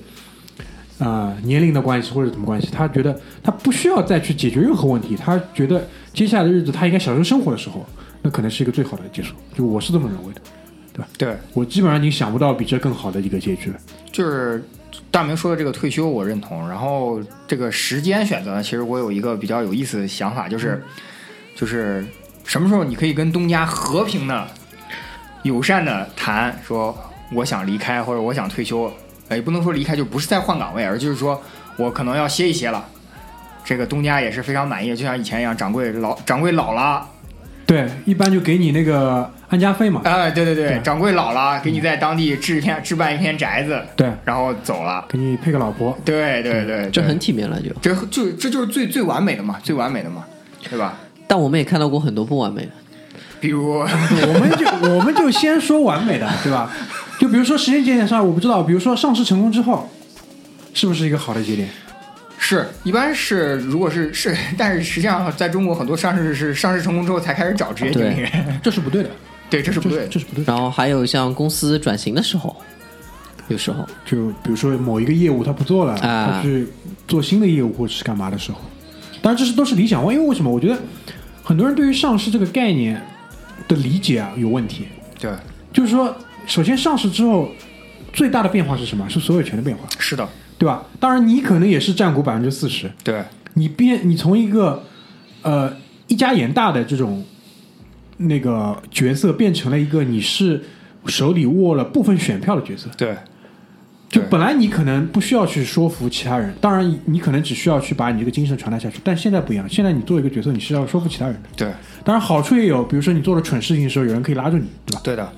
B: 啊、年龄的关系或者什么关系，他觉得他不需要再去解决任何问题，他觉得接下来的日子他应该享受生活的时候，那可能是一个最好的结束。就我是这么认为的，
D: 对，
B: 我基本上已经想不到比这更好的一个结局了。
D: 就是大明说的这个退休，我认同。然后这个时间选择呢，其实我有一个比较有意思的想法，就
C: 嗯
D: 是就是什么时候你可以跟东家和平的、友善的谈，说我想离开或者我想退休，呃也不能说离开，就不是再换岗位，而就是说我可能要歇一歇了。这个东家也是非常满意，就像以前一样，掌柜老
C: 嗯
D: 掌柜老了，
B: 对，一般就给你那个安家费嘛，
D: 啊、对对对，
B: 对
D: 掌柜老了，给你在当地置一片置办一片宅
C: 嗯
D: 子，
B: 对，
D: 然后走了。
B: 给你配个老婆，
D: 对对对，
C: 这
D: 对
C: 很体面了就。
D: 这就这就是最最完美的嘛，最完美的嘛，对吧？
C: 但我们也看到过很多不完美的，
D: 比如，
B: 我们就我们就先说完美的，对吧？就比如说时间节点上，我不知道，比如说上市成功之后，是不是一个好的节点？
D: 是一般是如果是是，但是实际上在中国很多上市是上市成功之后才开始找职业经理人，
B: 哎这是不对的，
D: 对，这是不
B: 这
D: 对
B: 是
D: 的。
B: 这是不对的。
C: 然后还有像公司转型的时候，有时候
B: 就比如说某一个业务他不做了，
C: 啊
B: 他去做新的业务或者是干嘛的时候，当然这是都是理想化，因为为什么？我觉得很多人对于上市这个概念的理解啊有问题。
D: 对，
B: 就是说，首先上市之后最大的变化是什么？是所有权的变化，
D: 是的，
B: 对吧？当然，你可能也是占股百分之四十，
D: 对
B: 你变你从一个呃一家严大的这种那个角色，变成了一个你是手里握了部分选票的角色。
D: 对
B: 就
D: 对
B: 本来你可能不需要去说服其他人，当然你可能只需要去把你这个精神传达下去。但现在不一样，现在你做一个角色，你是要说服其他人的。
D: 对
B: 当然好处也有，比如说你做了蠢事情的时候，有人可以拉住你，对吧？
D: 对的，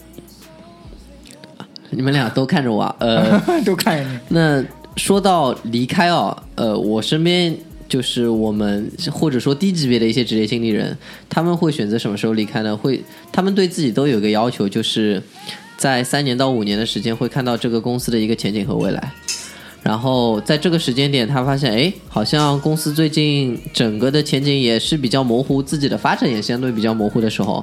C: 你们俩都看着我啊， 呃，
D: 都看着你。
C: 那说到离开哦，呃，我身边就是我们或者说低级别的一些职业经理人，他们会选择什么时候离开呢？会，他们对自己都有个要求，就是在三年到五年的时间会看到这个公司的一个前景和未来。然后在这个时间点，他发现，哎，好像公司最近整个的前景也是比较模糊，自己的发展也相对比较模糊的时候，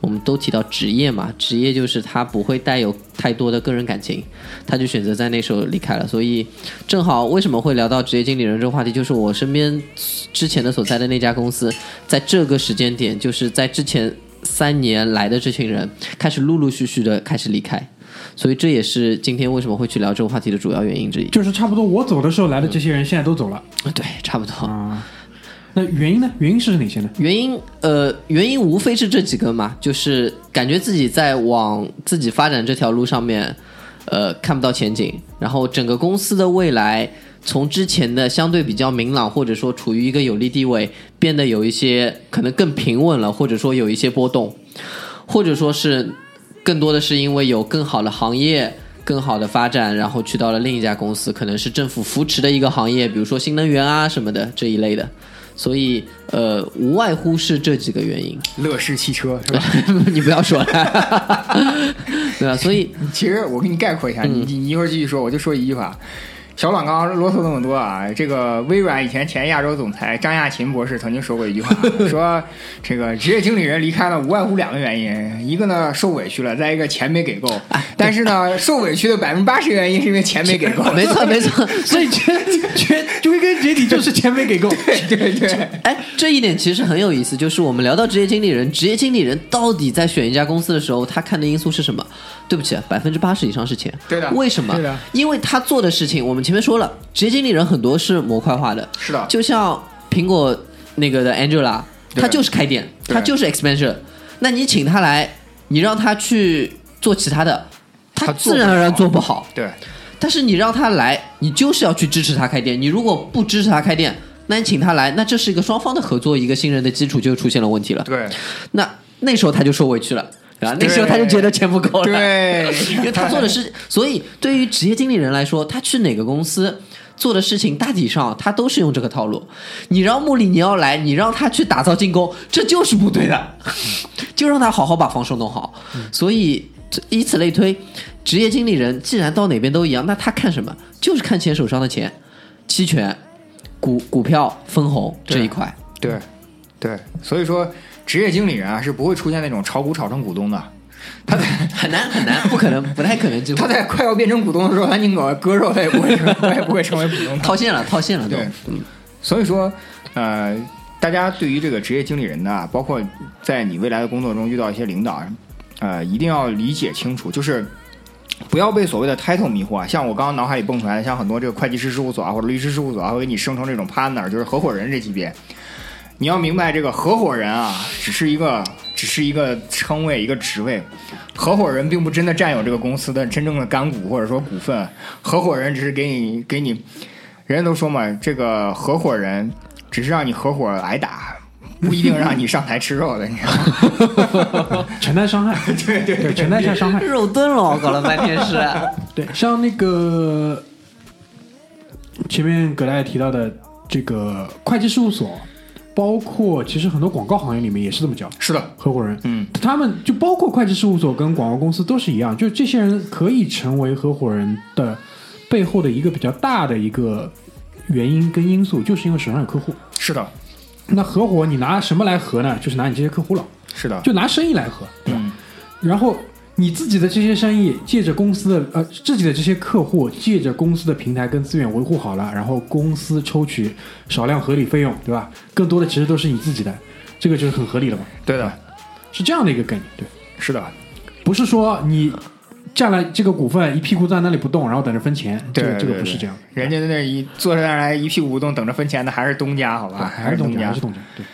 C: 我们都提到职业嘛，职业就是他不会带有太多的个人感情，他就选择在那时候离开了。所以，正好为什么会聊到职业经理人这个话题，就是我身边之前的所在的那家公司，在这个时间点，就是在之前三年来的这群人开始陆陆续续的开始离开。所以这也是今天为什么会去聊这个话题的主要原因之一。
B: 就是差不多我走的时候来的这些人，现在都走了
C: 对，差不多。
B: 啊。那原因呢？原因是哪些呢？
C: 原因呃，原因无非是这几个嘛，就是感觉自己在往自己发展这条路上面，呃，看不到前景，然后整个公司的未来从之前的相对比较明朗，或者说处于一个有利地位，变得有一些可能更平稳了，或者说有一些波动，或者说是更多的是因为有更好的行业。更好的发展，然后去到了另一家公司，可能是政府扶持的一个行业，比如说新能源啊什么的这一类的。所以呃，无外乎是这几个原因。
D: 乐视汽车是吧？
C: 你不要说了， 对吧？所以
D: 其实我给你概括一下，你你一会儿继续说，我就说一句话。小阮刚刚啰嗦那么多啊，这个微软以前前亚洲总裁张亚勤博士曾经说过一句话， 说这个职业经理人离开呢，无外乎两个原因，一个呢受委屈了，再一个钱没给够。但是呢，受委屈的百分之八十原因是因为钱没给够。
C: 没错没错，
B: 所以全全归根结底就是钱没给够。
D: 对对对，
C: 哎，这一点其实很有意思，就是我们聊到职业经理人，职业经理人到底在选一家公司的时候，他看的因素是什么？对不起、啊，百分之八十以上是钱。
D: 对的
C: 为什么？
D: 对的
C: 因为他做的事情，我们前面说了，职业经理人很多是模块化的，
D: 是的
C: 就像苹果那个的 Angela，
D: 对
C: 他就是开店，
D: 对
C: 他就是 expansion。那你请他来，你让他去做其他的，他
D: 他做
C: 自
D: 不
C: 然而然
D: 好
C: 做不好。
D: 对
C: 但是你让他来，你就是要去支持他开店。你如果不支持他开店，那你请他来，那这是一个双方的合作，一个信任的基础就出现了问题了。
D: 对
C: 那那时候他就受委屈了，然后那
D: 对
C: 时候他就觉得钱不够了，
D: 对
C: 因为他做的事，所以对于职业经理人来说，他去哪个公司。做的事情大体上他都是用这个套路，你让穆里尼奥来，你让他去打造进攻，这就是不对的， 就让他好好把防守弄好。所以这以此类推，职业经理人既然到哪边都一样，那他看什么？就是看钱手上的钱，期权、股股票、分红这一块。
D: 对对，所以说职业经理人啊是不会出现那种炒股炒成股东的。他在
C: 很难很难，不可能，不太可能进
D: 他
C: 化。
D: 在快要变成股东的时候，他宁可割肉，他也不会成，他也不会成为股东。
C: 哎套现了，套现了都。嗯
D: 对，所以说，呃，大家对于这个职业经理人呢，包括在你未来的工作中遇到一些领导，呃，一定要理解清楚，就是不要被所谓的 title 迷惑啊。像我刚刚脑海里蹦出来的，像很多这个会计师事务所啊，或者律师事务所啊，会给你生成这种 partner，就是合伙人这级别。你要明白，这个合伙人啊，只是一个只是一个称谓，一个职位。合伙人并不真的占有这个公司的真正的干股或者说股份，合伙人只是给你给你人家都说嘛，这个合伙人只是让你合伙挨打，不一定让你上台吃肉的，你知道吗？
B: 承担伤害，对对对，承担一下伤害。
C: 肉盾了，搞了半天是。
B: 对，像那个前面葛大爷提到的这个会计事务所，包括其实很多广告行业里面也是这么叫
D: 是的，
B: 合伙人。
D: 嗯，
B: 他们就包括会计事务所跟广告公司都是一样，就这些人可以成为合伙人的背后的一个比较大的一个原因跟因素，就是因为手上有客户。
D: 是的，
B: 那合伙你拿什么来合呢？就是拿你这些客户了，
D: 是的，
B: 就拿生意来合，对吧？
D: 嗯，
B: 然后你自己的这些生意，借着公司的呃自己的这些客户，借着公司的平台跟资源维护好了，然后公司抽取少量合理费用，对吧？更多的其实都是你自己的，这个就是很合理了嘛，
D: 对的，
B: 是这样的一个概念，对，
D: 是的，
B: 不是说你占了这个股份一屁股坐在那里不动，然后等着分钱，
D: 对
B: 这个这
D: 对
B: 个
D: 对
B: 不是这样的，
D: 人家在那一坐在那儿来一屁股不动，等着分钱的还是东家，好
B: 对
D: 吧，
B: 还是
D: 东
B: 董家，
D: 家
B: 啊还是。董家，对，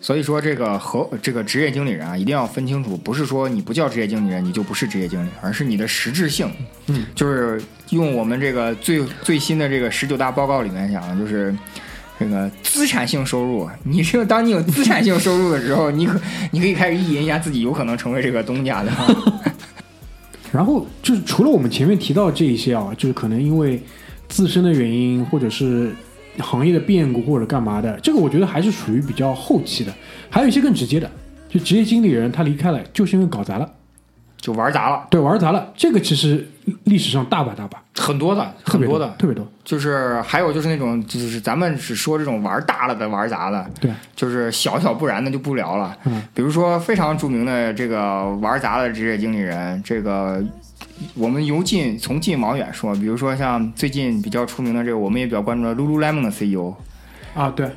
D: 所以说，这个和这个职业经理人啊，一定要分清楚，不是说你不叫职业经理人，你就不是职业经理，而是你的实质性。
B: 嗯，
D: 就是用我们这个最最新的这个十九大报告里面讲的，就是这个资产性收入。你只有当你有资产性收入的时候，你可 你可以开始意淫一下自己有可能成为这个 东家的。
B: 然后就是除了我们前面提到这一些啊，就是可能因为自身的原因，或者是行业的变故或者干嘛的，这个我觉得还是属于比较后期的。还有一些更直接的，就职业经理人他离开了，就是因为搞砸了，
D: 就玩砸了，
B: 对，玩砸了。这个其实历史上大把大把，
D: 很多的，
B: 特
D: 很
B: 别
D: 多
B: 的
D: 的，，
B: 特别多。
D: 就是还有就是那种就是咱们只说这种玩大了的玩砸了，
B: 对啊，
D: 就是小小不然的就不聊了。
B: 嗯
D: 比如说非常著名的这个玩砸的职业经理人，这个我们由近从近往远说，比如说像最近比较出名的这个，我们也比较关注的 Lululemon 的 E CEO，
B: 啊，对，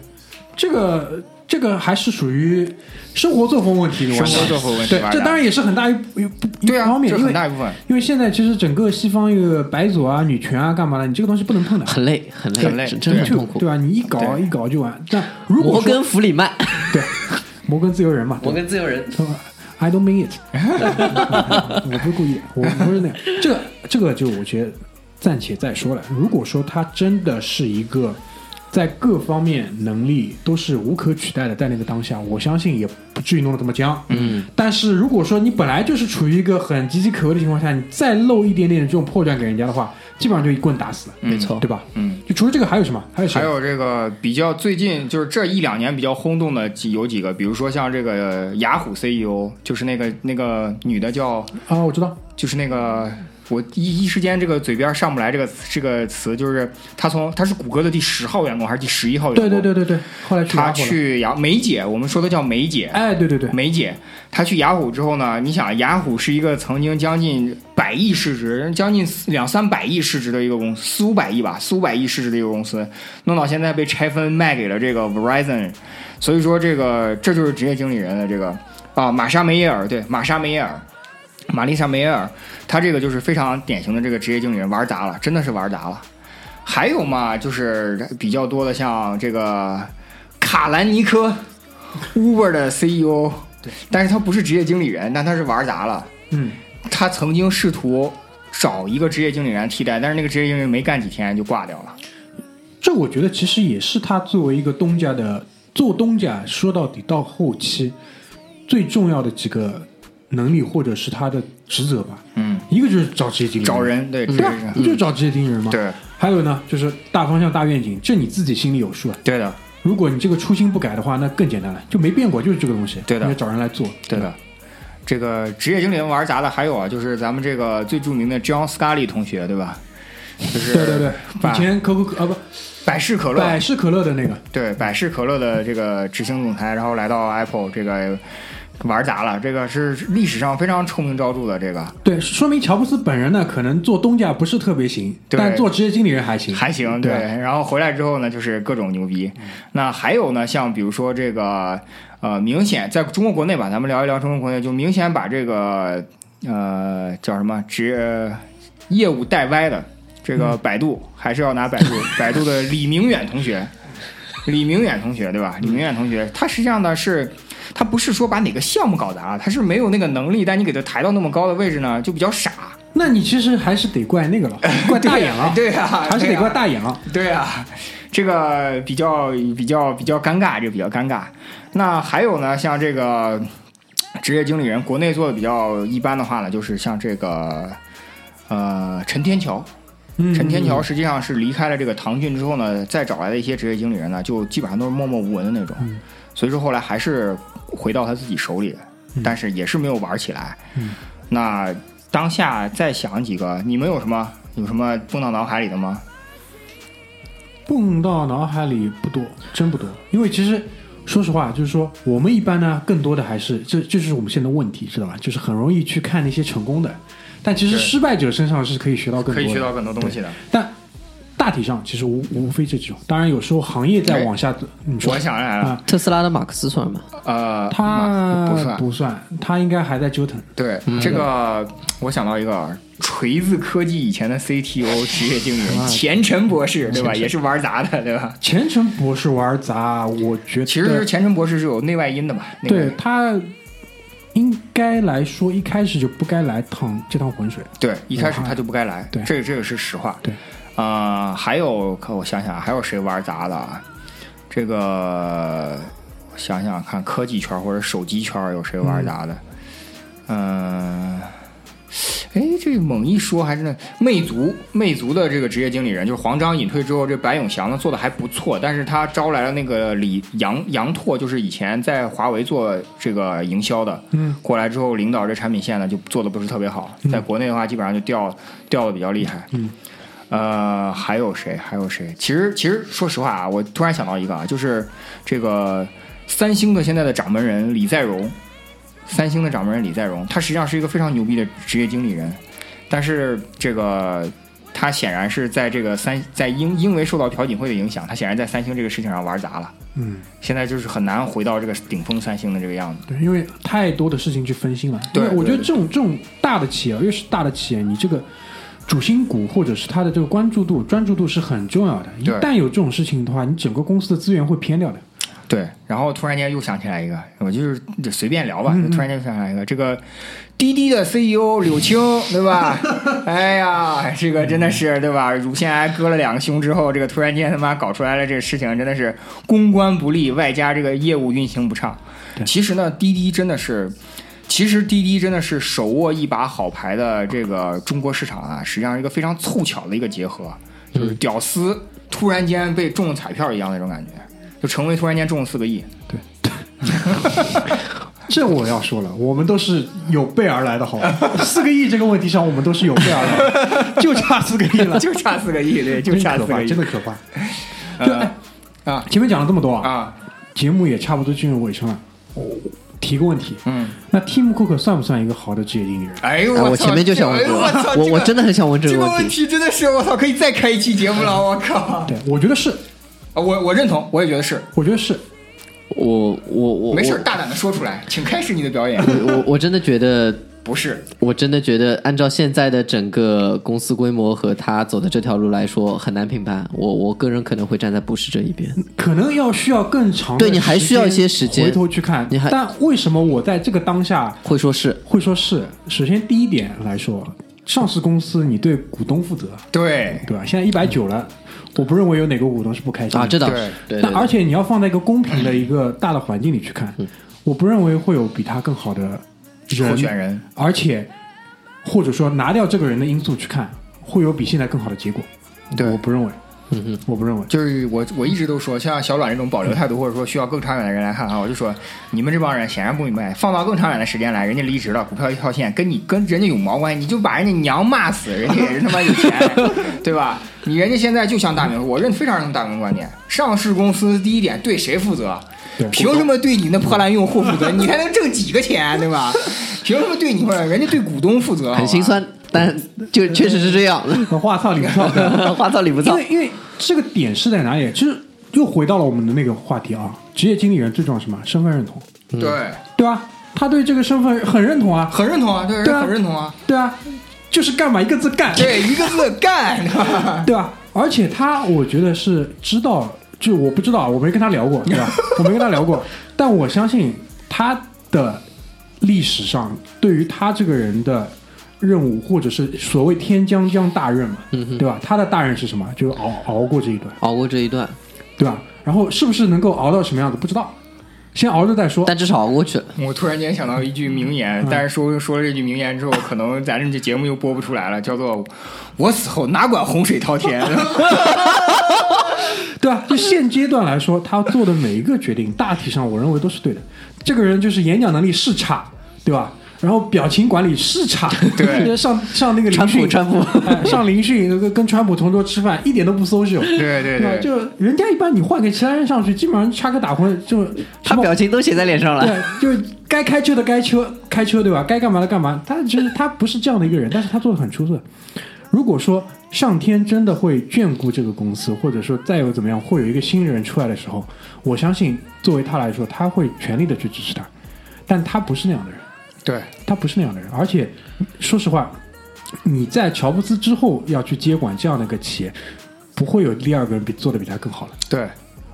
B: 这个这个还是属于生活作风问题，
D: 生活作
B: 风。
D: 风问题
B: 对
D: 玩砸，
B: 这当然也是很大一一一
D: 对啊，
B: 方面，
D: 这
B: 因
D: 很
B: 为
D: 大一部分。
B: 因为现在其实整个西方一个白左啊、女权啊干嘛的，你这个东西不能碰的，
C: 很累，很累，
D: 很累
C: 真真的很
B: 就
C: 痛苦。
B: 对吧？你一搞
D: 对
B: 一搞就完。但如果
C: 摩
B: 说
C: 根弗里曼，
B: 对摩根自由人 嘛，对吧
C: 根自由人，
B: 对吧？I don't mean it，我不是故意的，我不是那样。这个这个就我觉得暂且再说了。如果说他真的是一个在各方面能力都是无可取代的，在那个当下，我相信也不至于弄得这么僵。嗯，但是如果说你本来就是处于一个很岌岌可危的情况下，你再露一点点这种破绽给人家的话，基本上就一棍打死了，
C: 没错
B: 对。吧？
D: 嗯，
B: 就除了这个还有什么？还有谁？
D: 还有这个比较最近就是这一两年比较轰动的几有几个，比如说像这个雅虎 CEO，就是那个那个女的叫
B: 啊，我知道，
D: 就是那个我一一时间这个嘴边上不来这个这个词，就是他从他是谷歌的第十号员工还是第十一号员工？
B: 对对对，对对，后来去
D: 他
B: 拿货了，
D: 去雅梅姐，我们说的叫梅姐，
B: 哎，对对对，
D: 梅姐，她去雅虎之后呢，你想雅虎是一个曾经将近百亿市值，将近两三百亿市值的一个公司，四五百亿吧，四五百亿市值的一个公司，弄到现在被拆分卖给了这个 Verizon，所以说这个这就是职业经理人的这个啊，玛莎梅耶尔，对，玛莎梅耶尔。玛丽莎梅耶尔，她这个就是非常典型的这个职业经理人，玩砸了，真的是玩砸了。还有嘛，就是比较多的像这个卡兰尼科，Uber 的 CEO，但是他不是职业经理人，但他是玩砸了。
B: 嗯，
D: 他曾经试图找一个职业经理人替代，但是那个职业经理人没干几天就挂掉了。
B: 这我觉得其实也是他作为一个东家的做东家，说到底到后期最重要的几个能力或者是他的职责吧。
D: 嗯，
B: 一个就是找职业经理，
D: 找，人对，
B: 对
D: 这嗯
B: 啊，
D: 是
B: 不就是找职业经理人吗？。
D: 对
B: 还有呢，就是大方向、大愿景，这你自己心里有数啊。
D: 对的，
B: 如果你这个初心不改的话，那更简单了，就没变过，就是这个东西。
D: 对的
B: 你就找人来做。
D: 对的。这个职业经理人玩砸的还有啊，就是咱们这个最著名的 John Scully 同学，对吧？就是
B: 对对对，
D: 把
B: 以前可口可啊不，
D: 百事可乐，
B: 百事可乐的那个，
D: 对百事可乐的这个执行总裁，然后来到 Apple 这个玩砸了，这个是历史上非常臭名昭著的，这个
B: 对，说明乔布斯本人呢，可能做东家不是特别行，
D: 对
B: 但做职业经理人还行。
D: 还行，对。然后回来之后呢，就是各种牛逼。那还有呢，像比如说这个呃，明显在中国国内吧，咱们聊一聊中国国内，就明显把这个呃叫什么职呃业务带歪的，这个百度、还是要拿百度，百度的李明远同学。李明远同学，对吧？李明远同学，他实际上呢是，他不是说把哪个项目搞砸了，他是没有那个能力，但你给他抬到那么高的位置呢，就比较傻，
B: 那你其实还是得怪那个 了，怪大眼了，
D: 对啊，
B: 还哦是
D: 对
B: 得
D: 啊
B: 怪大眼了。
D: 对啊，这个比较比较比较尴尬，这个比较尴尬。那还有呢，像这个职业经理人，国内做的比较一般的话呢，就是像这个呃陈天桥，
B: 嗯
D: 陈天桥实际上是离开了这个唐骏之后呢，再找来的一些职业经理人呢，就基本上都是默默无闻的那种。
B: 嗯
D: 所以说后来还是回到他自己手里的，但是也是没有玩起来。
B: 嗯
D: 那当下再想几个，你们有什么有什么蹦到脑海里的吗？
B: 蹦到脑海里不多，真不多。因为其实说实话，就是说我们一般呢，更多的还是这，这就是我们现在的问题，知道吧？就是很容易去看那些成功的，但其实
D: 对
B: 失败者身上是可以学到更多
D: 可
B: 的，
D: 以学到更多东西的。
B: 但大体上其实无无非这几种。当然，有时候行业在
D: 哎
B: 往下走，你说
D: 我想起来了，
B: 啊
C: 特斯拉的马克思算吗？
D: 呃，
B: 他
D: 不不算，
B: 不嗯算，他应该还在折腾。
D: 对、这个，我想到一个锤子科技以前的 CTO 职业经理
B: 啊
D: 人钱晨博士，对吧？也是玩砸的，对吧？
B: 前程博士玩砸，我觉得
D: 其实钱晨博士是有内外因的嘛，那个
B: 对他应该来说一开始就不该来趟这趟浑水。
D: 对，一开始他就不该来，
B: 对
D: 这个这个是实话。
B: 对，
D: 呃，还有，可我想想啊，还有谁玩砸的啊？这个我想想看，科技圈或者手机圈有谁玩砸的？嗯，哎、这猛一说还是那魅族，魅族的这个职业经理人就是黄章隐退之后，这白永祥呢做的还不错，但是他招来了那个李杨杨拓，就是以前在华为做这个营销的，
B: 嗯，
D: 过来之后领导这产品线呢就做的不是特别好，在国内的话基本上就掉掉的比较厉害，
B: 嗯。
D: 呃，还有谁？还有谁？其实，其实说实话啊，我突然想到一个啊，就是这个三星的现在的掌门人李在镕，三星的掌门人李在镕，他实际上是一个非常牛逼的职业经理人，但是这个他显然是在这个三在因因为受到朴槿惠的影响，他显然在三星这个事情上玩砸了，
B: 嗯，
D: 现在就是很难回到这个顶峰三星的这个样子。
B: 对，因为太多的事情去分心了。
D: 对
B: 因为我觉得
D: 对
B: 这种这种大的企业，越是大的企业，你这个主心骨或者是它的这个关注度、专注度是很重要的。一
D: 对
B: 旦有这种事情的话，你整个公司的资源会偏掉的。
D: 对，然后突然间又想起来一个，我就是就随便聊吧，就突然间想起来一个，这个滴滴的 CEO 柳青，对吧？ 哎呀，这个真的是对吧？乳腺癌割了两个胸之后，这个突然间他妈搞出来了这个事情，真的是公关不力，外加这个业务运行不畅。其实呢，滴滴真的是。其实滴滴真的是手握一把好牌的这个中国市场啊，实际上是一个非常凑巧的一个结合，就是屌丝突然间被中了彩票一样那种感觉，就成为突然间中了四个亿。
B: 这我要说了，我们都是有备而来的，好吧？ 四个亿这个问题上，我们都是有备而来 的，就差四个亿了，
D: 就差四个亿，对，就
B: 真
D: 差
B: 可
D: 四
B: 怕，
D: 个亿，
B: 真的可怕。
D: 嗯
B: 就哎
D: 啊
B: 前面讲了这么多啊，
D: 啊，
B: 节目也差不多进入尾声了。我提个问题，
D: 嗯，
B: 那 Tim Cook 算不算一个好的职业经理人？
D: 哎呦，
C: 哎，我
D: 操
C: 前面就想问
D: 哎
C: 这
D: 呦
C: 个
D: 我操，，
C: 我我
D: 这个
C: 真的很想问这
D: 这
C: 个
D: 个
C: 问
D: 问
C: 题。
D: 题真的是我操，可以再开一期节目了，我靠，
B: 对，我觉得是，
D: 我我认同，我也觉得是，
B: 我觉得是。
C: 我我我
D: 没事儿，
C: 我
D: 大胆的说出来，请开始你的表演，
C: 我我真的觉得
D: 不是，
C: 我真的觉得，按照现在的整个公司规模和他走的这条路来说，很难评判。我我个人可能会站在不是这一边。
B: 可能要需要更长的
C: 对你还需要一些时间
B: 回头去看。
C: 你还
B: 但为什么我在这个当下
C: 会说是
B: 会说是？首先第一点来说，上市公司你对股东负责，
D: 对
B: 对吧？现在一百九了，我不认为有哪个股东是不开心的
C: 啊，这倒是对对
B: 但
C: 对
B: 而且你要放在一个公平的一个大的环境里去看，
C: 嗯
B: 我不认为会有比他更好的人
D: 候选人，
B: 而且或者说拿掉这个人的因素去看，会有比现在更好的结果。
D: 对
B: 我不认为。
C: 嗯
B: 我不认为。
D: 就是我我一直都说，像小阮这种保留态度，或者说需要更长远的人来看啊，我就说你们这帮人显然不明白，放到更长远的时间来，人家离职了，股票一套现，跟你跟人家有毛关系？你就把人家娘骂死，人家也是他妈有钱，对吧？ 你人家现在就像大明，我认非常认同大明观点，上市公司第一点对谁负责？
B: 对
D: 凭什么对你那破烂用户负责？你还能挣几个钱，对吧？凭什么对你或者人家对股东负责？好吧
C: 很心酸，但就确实是这 样。
B: 话糙理不糙 的，
C: 话糙理不
B: 因
C: 糙
B: 为，因为这个点是在哪里？就是又回到了我们的那个话题啊，职业经理人最重要是什么？身份认同，
D: 对，
B: 对吧？他对这个身份很认同啊，
D: 很认同啊，对，
B: 对啊
D: 很认同啊，
B: 对啊，就是干嘛一个字干，
D: 对，一个字干，对吧
B: 对吧？而且他，我觉得是知道，就我不知道，我没跟他聊过，对吧？我没跟他聊过，但我相信他的历史上对于他这个人的任务，或者是所谓天将降大任嘛，对吧？他的大任是什么？就是熬熬过这一段，
C: 熬过这一段，
B: 对吧？然后是不是能够熬到什么样子，不知道，先熬着再说。
C: 但至少熬过去了。
D: 我突然间想到一句名言，但是说说了这句名言之后，可能咱这节目又播不出来了，叫做“我死后哪管洪水滔 天
B: 对啊，就现阶段来说，他做的每一个决定，大体上我认为都是对的。这个人就是演讲能力是差，对吧？然后表情管理是差，
D: 对
B: 上上那个
C: 川
B: 林
C: 普，
B: 讯，
C: 川普，
B: 哎上林讯跟跟川普同桌吃饭，一点都不 social，”。
D: 对对
B: 吧？
D: 对，
B: 就人家一般你换给其他人上去，基本上插科打诨，就
C: 他表情都写在脸上了。
B: 对，就是该开车的该车开车，对吧？该干嘛的干嘛。他其实他不是这样的一个人，但是他做的很出色。如果说上天真的会眷顾这个公司，或者说再有怎么样，会有一个新人出来的时候，我相信作为他来说，他会全力的去支持他。但他不是那样的人，
D: 对
B: 他不是那样的人。而且说实话，你在乔布斯之后要去接管这样的一个企业，不会有第二个人比做的比他更好了。
D: 对，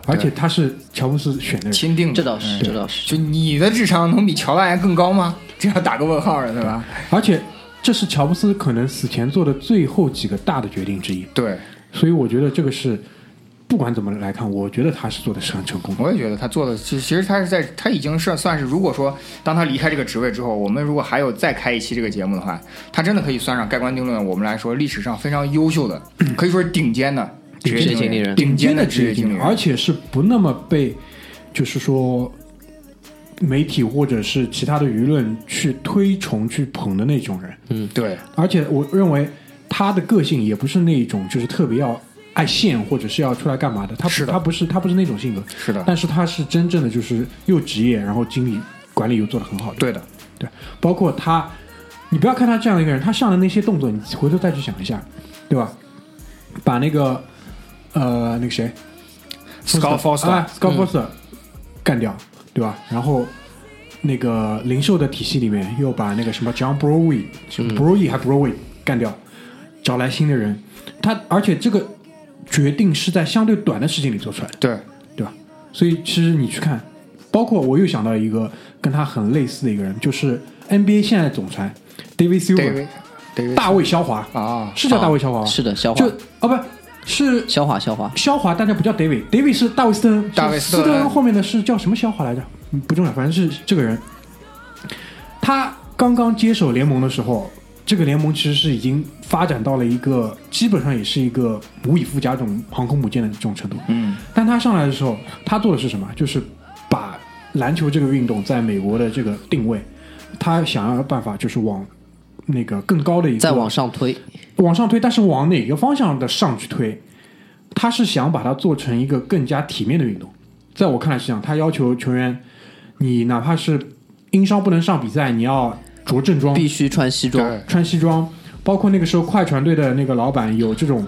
B: 而且他是乔布斯选的人，
D: 钦定的
C: 这倒是，
D: 嗯
C: 这倒是。
D: 就你的智商能比乔大爷更高吗？这要打个问号了，对吧？
B: 而且这是乔布斯可能死前做的最后几个大的决定之一，
D: 对，
B: 所以我觉得这个是不管怎么来看，我觉得他是做的是很成功的。
D: 我也觉得他做的，其其实他是在他已经是算是，如果说当他离开这个职位之后，我们如果还有再开一期这个节目的话，他真的可以算上盖棺定论，我们来说历史上非常优秀的，可以说是顶尖的职业
C: 职业经理
D: 理
C: 人
D: 顶尖的啊职
B: 职
D: 业
B: 业
D: 经理
B: 理，
D: 人，
B: 而且是不那么被，就是说。媒体或者是其他的舆论去推崇、去捧的那种人，
D: 嗯对
B: 而且我认为他的个性也不是那种就是特别要爱现或者是要出来干嘛的，他不
D: 是的
B: 他不是他不是那种性格，
D: 是的，
B: 但是他是真正的就是又职业，然后经理管理又做得很好的，
D: 对的，
B: 对，包括他，你不要看他这样一个人，他上的那些动作，你回头再去想一下，对吧？把那个呃那个谁
D: Scott Foster 嗯
B: 啊 Scott Foster 干掉，对吧？然后那个零售的体系里面又把那个什么 John Browy、Browy
D: 嗯
B: 还 Browy 干掉，找来新的人，他而且这个决定是在相对短的时间里做出来的。
D: 对，
B: 对吧？所以其实你去看，包括我又想到一个跟他很类似的一个人，就是 NBA 现在总裁 David
D: 对
B: Silver，
D: 对
B: 大卫肖华，
D: 啊，
B: 是叫大卫肖华
C: 啊
B: 吧？
C: 是的，肖华
B: 就，啊不是
C: 肖华，肖华，
B: 肖华，大家不叫 David，David 是大卫斯特恩，
D: 大卫
B: 是
D: 斯
B: 斯
D: 特恩
B: 特恩后面的是叫什么肖华来着？嗯不重要，反正是这个人。他刚刚接手联盟的时候，这个联盟其实是已经发展到了一个基本上也是一个无以复加这种航空母舰的这种程度。
D: 嗯，
B: 但他上来的时候，他做的是什么？就是把篮球这个运动在美国的这个定位，他想要办法就是往那个更高的一个
C: 再往上推，
B: 往上推，但是往哪个方向的上去推？他是想把它做成一个更加体面的运动。在我看来是这样，他要求球员，你哪怕是因伤不能上比赛，你要着正装，
C: 必须穿西装。
D: 嗯对
B: 穿西装。包括那个时候快船队的那个老板有这种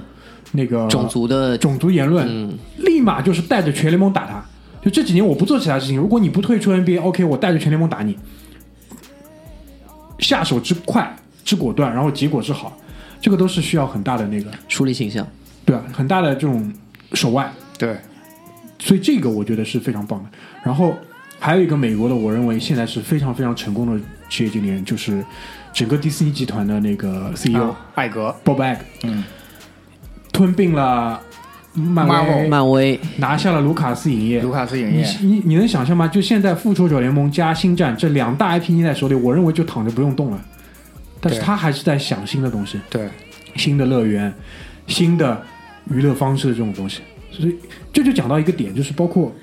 B: 那个
C: 种族的
B: 种族言论，
D: 嗯
B: 立马就是带着全联盟打他。就这几年我不做其他事情，如果你不退出 NBA，OK，、我带着全联盟打你。下手之快之果断，然后结果之好，这个都是需要很大的那个，
C: 树立形象，
B: 对吧？很大的这种手腕，
D: 对
B: 所以这个我觉得是非常棒的。然后还有一个美国的，我认为现在是非常非常成功的职业经理人，就是整个迪士尼集团的那个 CEO、
D: 啊艾格，
B: Bob Iger，
D: 嗯，
B: 吞并了漫
D: Marvel
B: 威，
C: 漫威
B: 拿下了卢卡斯影业
D: 卢。卡斯影
B: 你
D: 业，
B: 你你能想象吗？就现在《复仇者联盟》加《星战》这两大 IP 捏在手里，我认为就躺着不用动了。但是
D: 对
B: 他还是在想新的东西，
D: 对
B: 新的乐园，新的娱乐方式的这种东西。所以这就讲到一个点，就是包括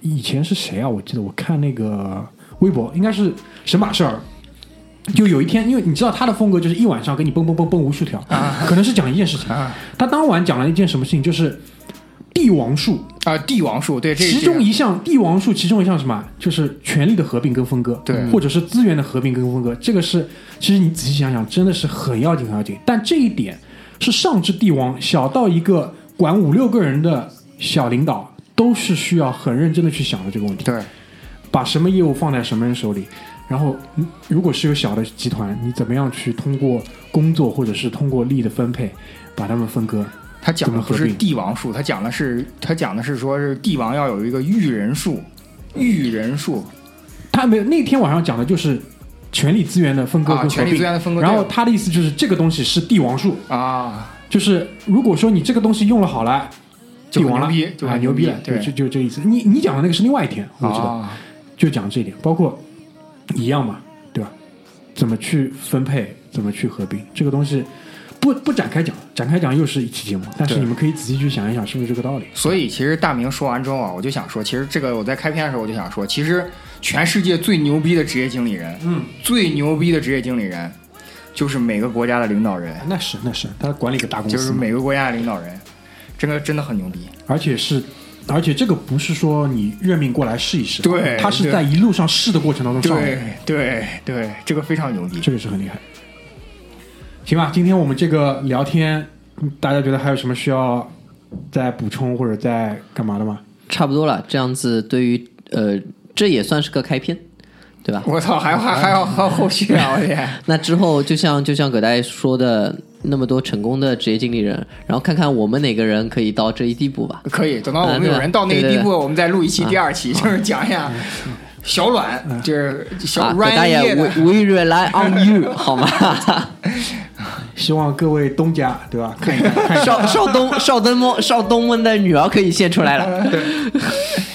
B: 以前是谁啊？我记得我看那个微博，应该是神马事儿。就有一天，因为你知道他的风格就是一晚上给你蹦蹦蹦蹦无数条，可能是讲一件事情。
D: 啊
B: 他当晚讲了一件什么事情，就是帝王术
D: 啊，帝王术对，这
B: 其中一项帝王术，其中一项什么？就是权力的合并跟分割，
D: 对
B: 或者是资源的合并跟分割。这个是，其实你仔细想想，真的是很要紧，很要紧。但这一点是上至帝王，小到一个管五六个人的小领导，都是需要很认真的去想的这个问题。
D: 对
B: 把什么业务放在什么人手里，然后嗯如果是有小的集团，你怎么样去通过工作或者是通过力的分配，把他们分割？
D: 他讲的
B: 怎么
D: 不
B: 合
D: 是
B: 并
D: 帝王术，他讲的是他讲的是说是帝王要有一个驭人术，驭人术
B: 他没有那天晚上讲的就是权力资源的分割跟
D: 啊，
B: 合
D: 权力
B: 并
D: 资。源的分割。
B: 然后他的意思就是这个东西是帝王术，
D: 对啊，
B: 就是如果说你这个东西用了好了，
D: 就
B: 帝
D: 很
B: 王了，
D: 牛逼就
B: 啊
D: 很
B: 牛
D: 牛
B: 逼
D: 逼
B: 了，
D: 对
B: 就就这意思。你你讲的那个是另外一天，我知道，
D: 啊
B: 就讲这一点，包括一样嘛，对吧？怎么去分配，怎么去合并，这个东西不不展开讲，展开讲又是一期节目，但是
D: 对
B: 你们可以仔细去想一想，是不是这个道理？
D: 所以其实大明说完之后啊，我就想说，其实这个我在开篇的时候我就想说，其实全世界最牛逼的职业经理人，
B: 嗯，
D: 最牛逼的职业经理人，就是每个国家的领导人，
B: 那是那是，他管理一个大公司
D: 就
B: 嘛，
D: 是每个国家的领导人，这个真的很牛逼。
B: 而且是。而且这个不是说你任命过来试一试，
D: 对
B: 他是
D: 对
B: 在一路上试的过程当中上来的
D: 对对对，这个非常牛逼。
B: 这个是很厉害。行吧，今天我们这个聊天，大家觉得还有什么需要再补充或者再干嘛的吗？
C: 差不多了。这样子对于呃，这也算是个开篇，对吧？
D: 我操，还还还要
C: 嗯
D: 还有后续啊！我天，
C: 那之后就像就像葛大爷说的，那么多成功的职业经理人，然后看看我们哪个人可以到这一地步吧。
D: 可以等
C: 嗯
D: 到我们有人到那个地步，我们再录一期第二期，就是讲一下小阮，就是小
C: 嗯啊，葛大
D: Ryan
C: 爷
D: 叶
C: ，We
D: 的
C: We rely on you，好吗？
B: 希望各位东家对吧，看一 看，看一看。
C: 邵邵东邵登梦邵东梦的女儿可以献出来了，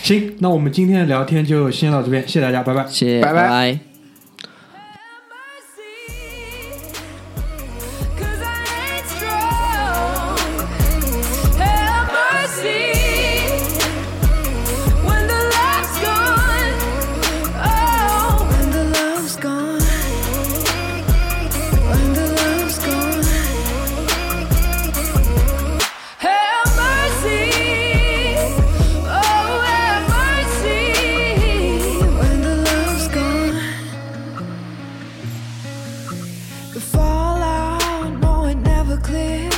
B: 行，那我们今天的聊天就先到这边，谢谢大家，拜拜。
C: 谢谢，
D: 拜拜
C: 拜
A: Cause I ain't strong. Have mercy. When the love's gone. Oh, when the love's gone. When the love's gone. Have mercy. Oh, have mercy. When the love's gone. The fallout, no, it never clears.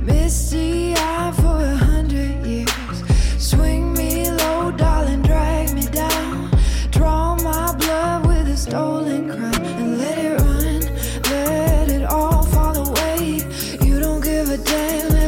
A: Misty eye for a hundred years. Swing me low, darling, drag me down. Draw my blood with a stolen crown and let it run. Let it all fall away. You don't give a damn. Oh. Oh, Oh,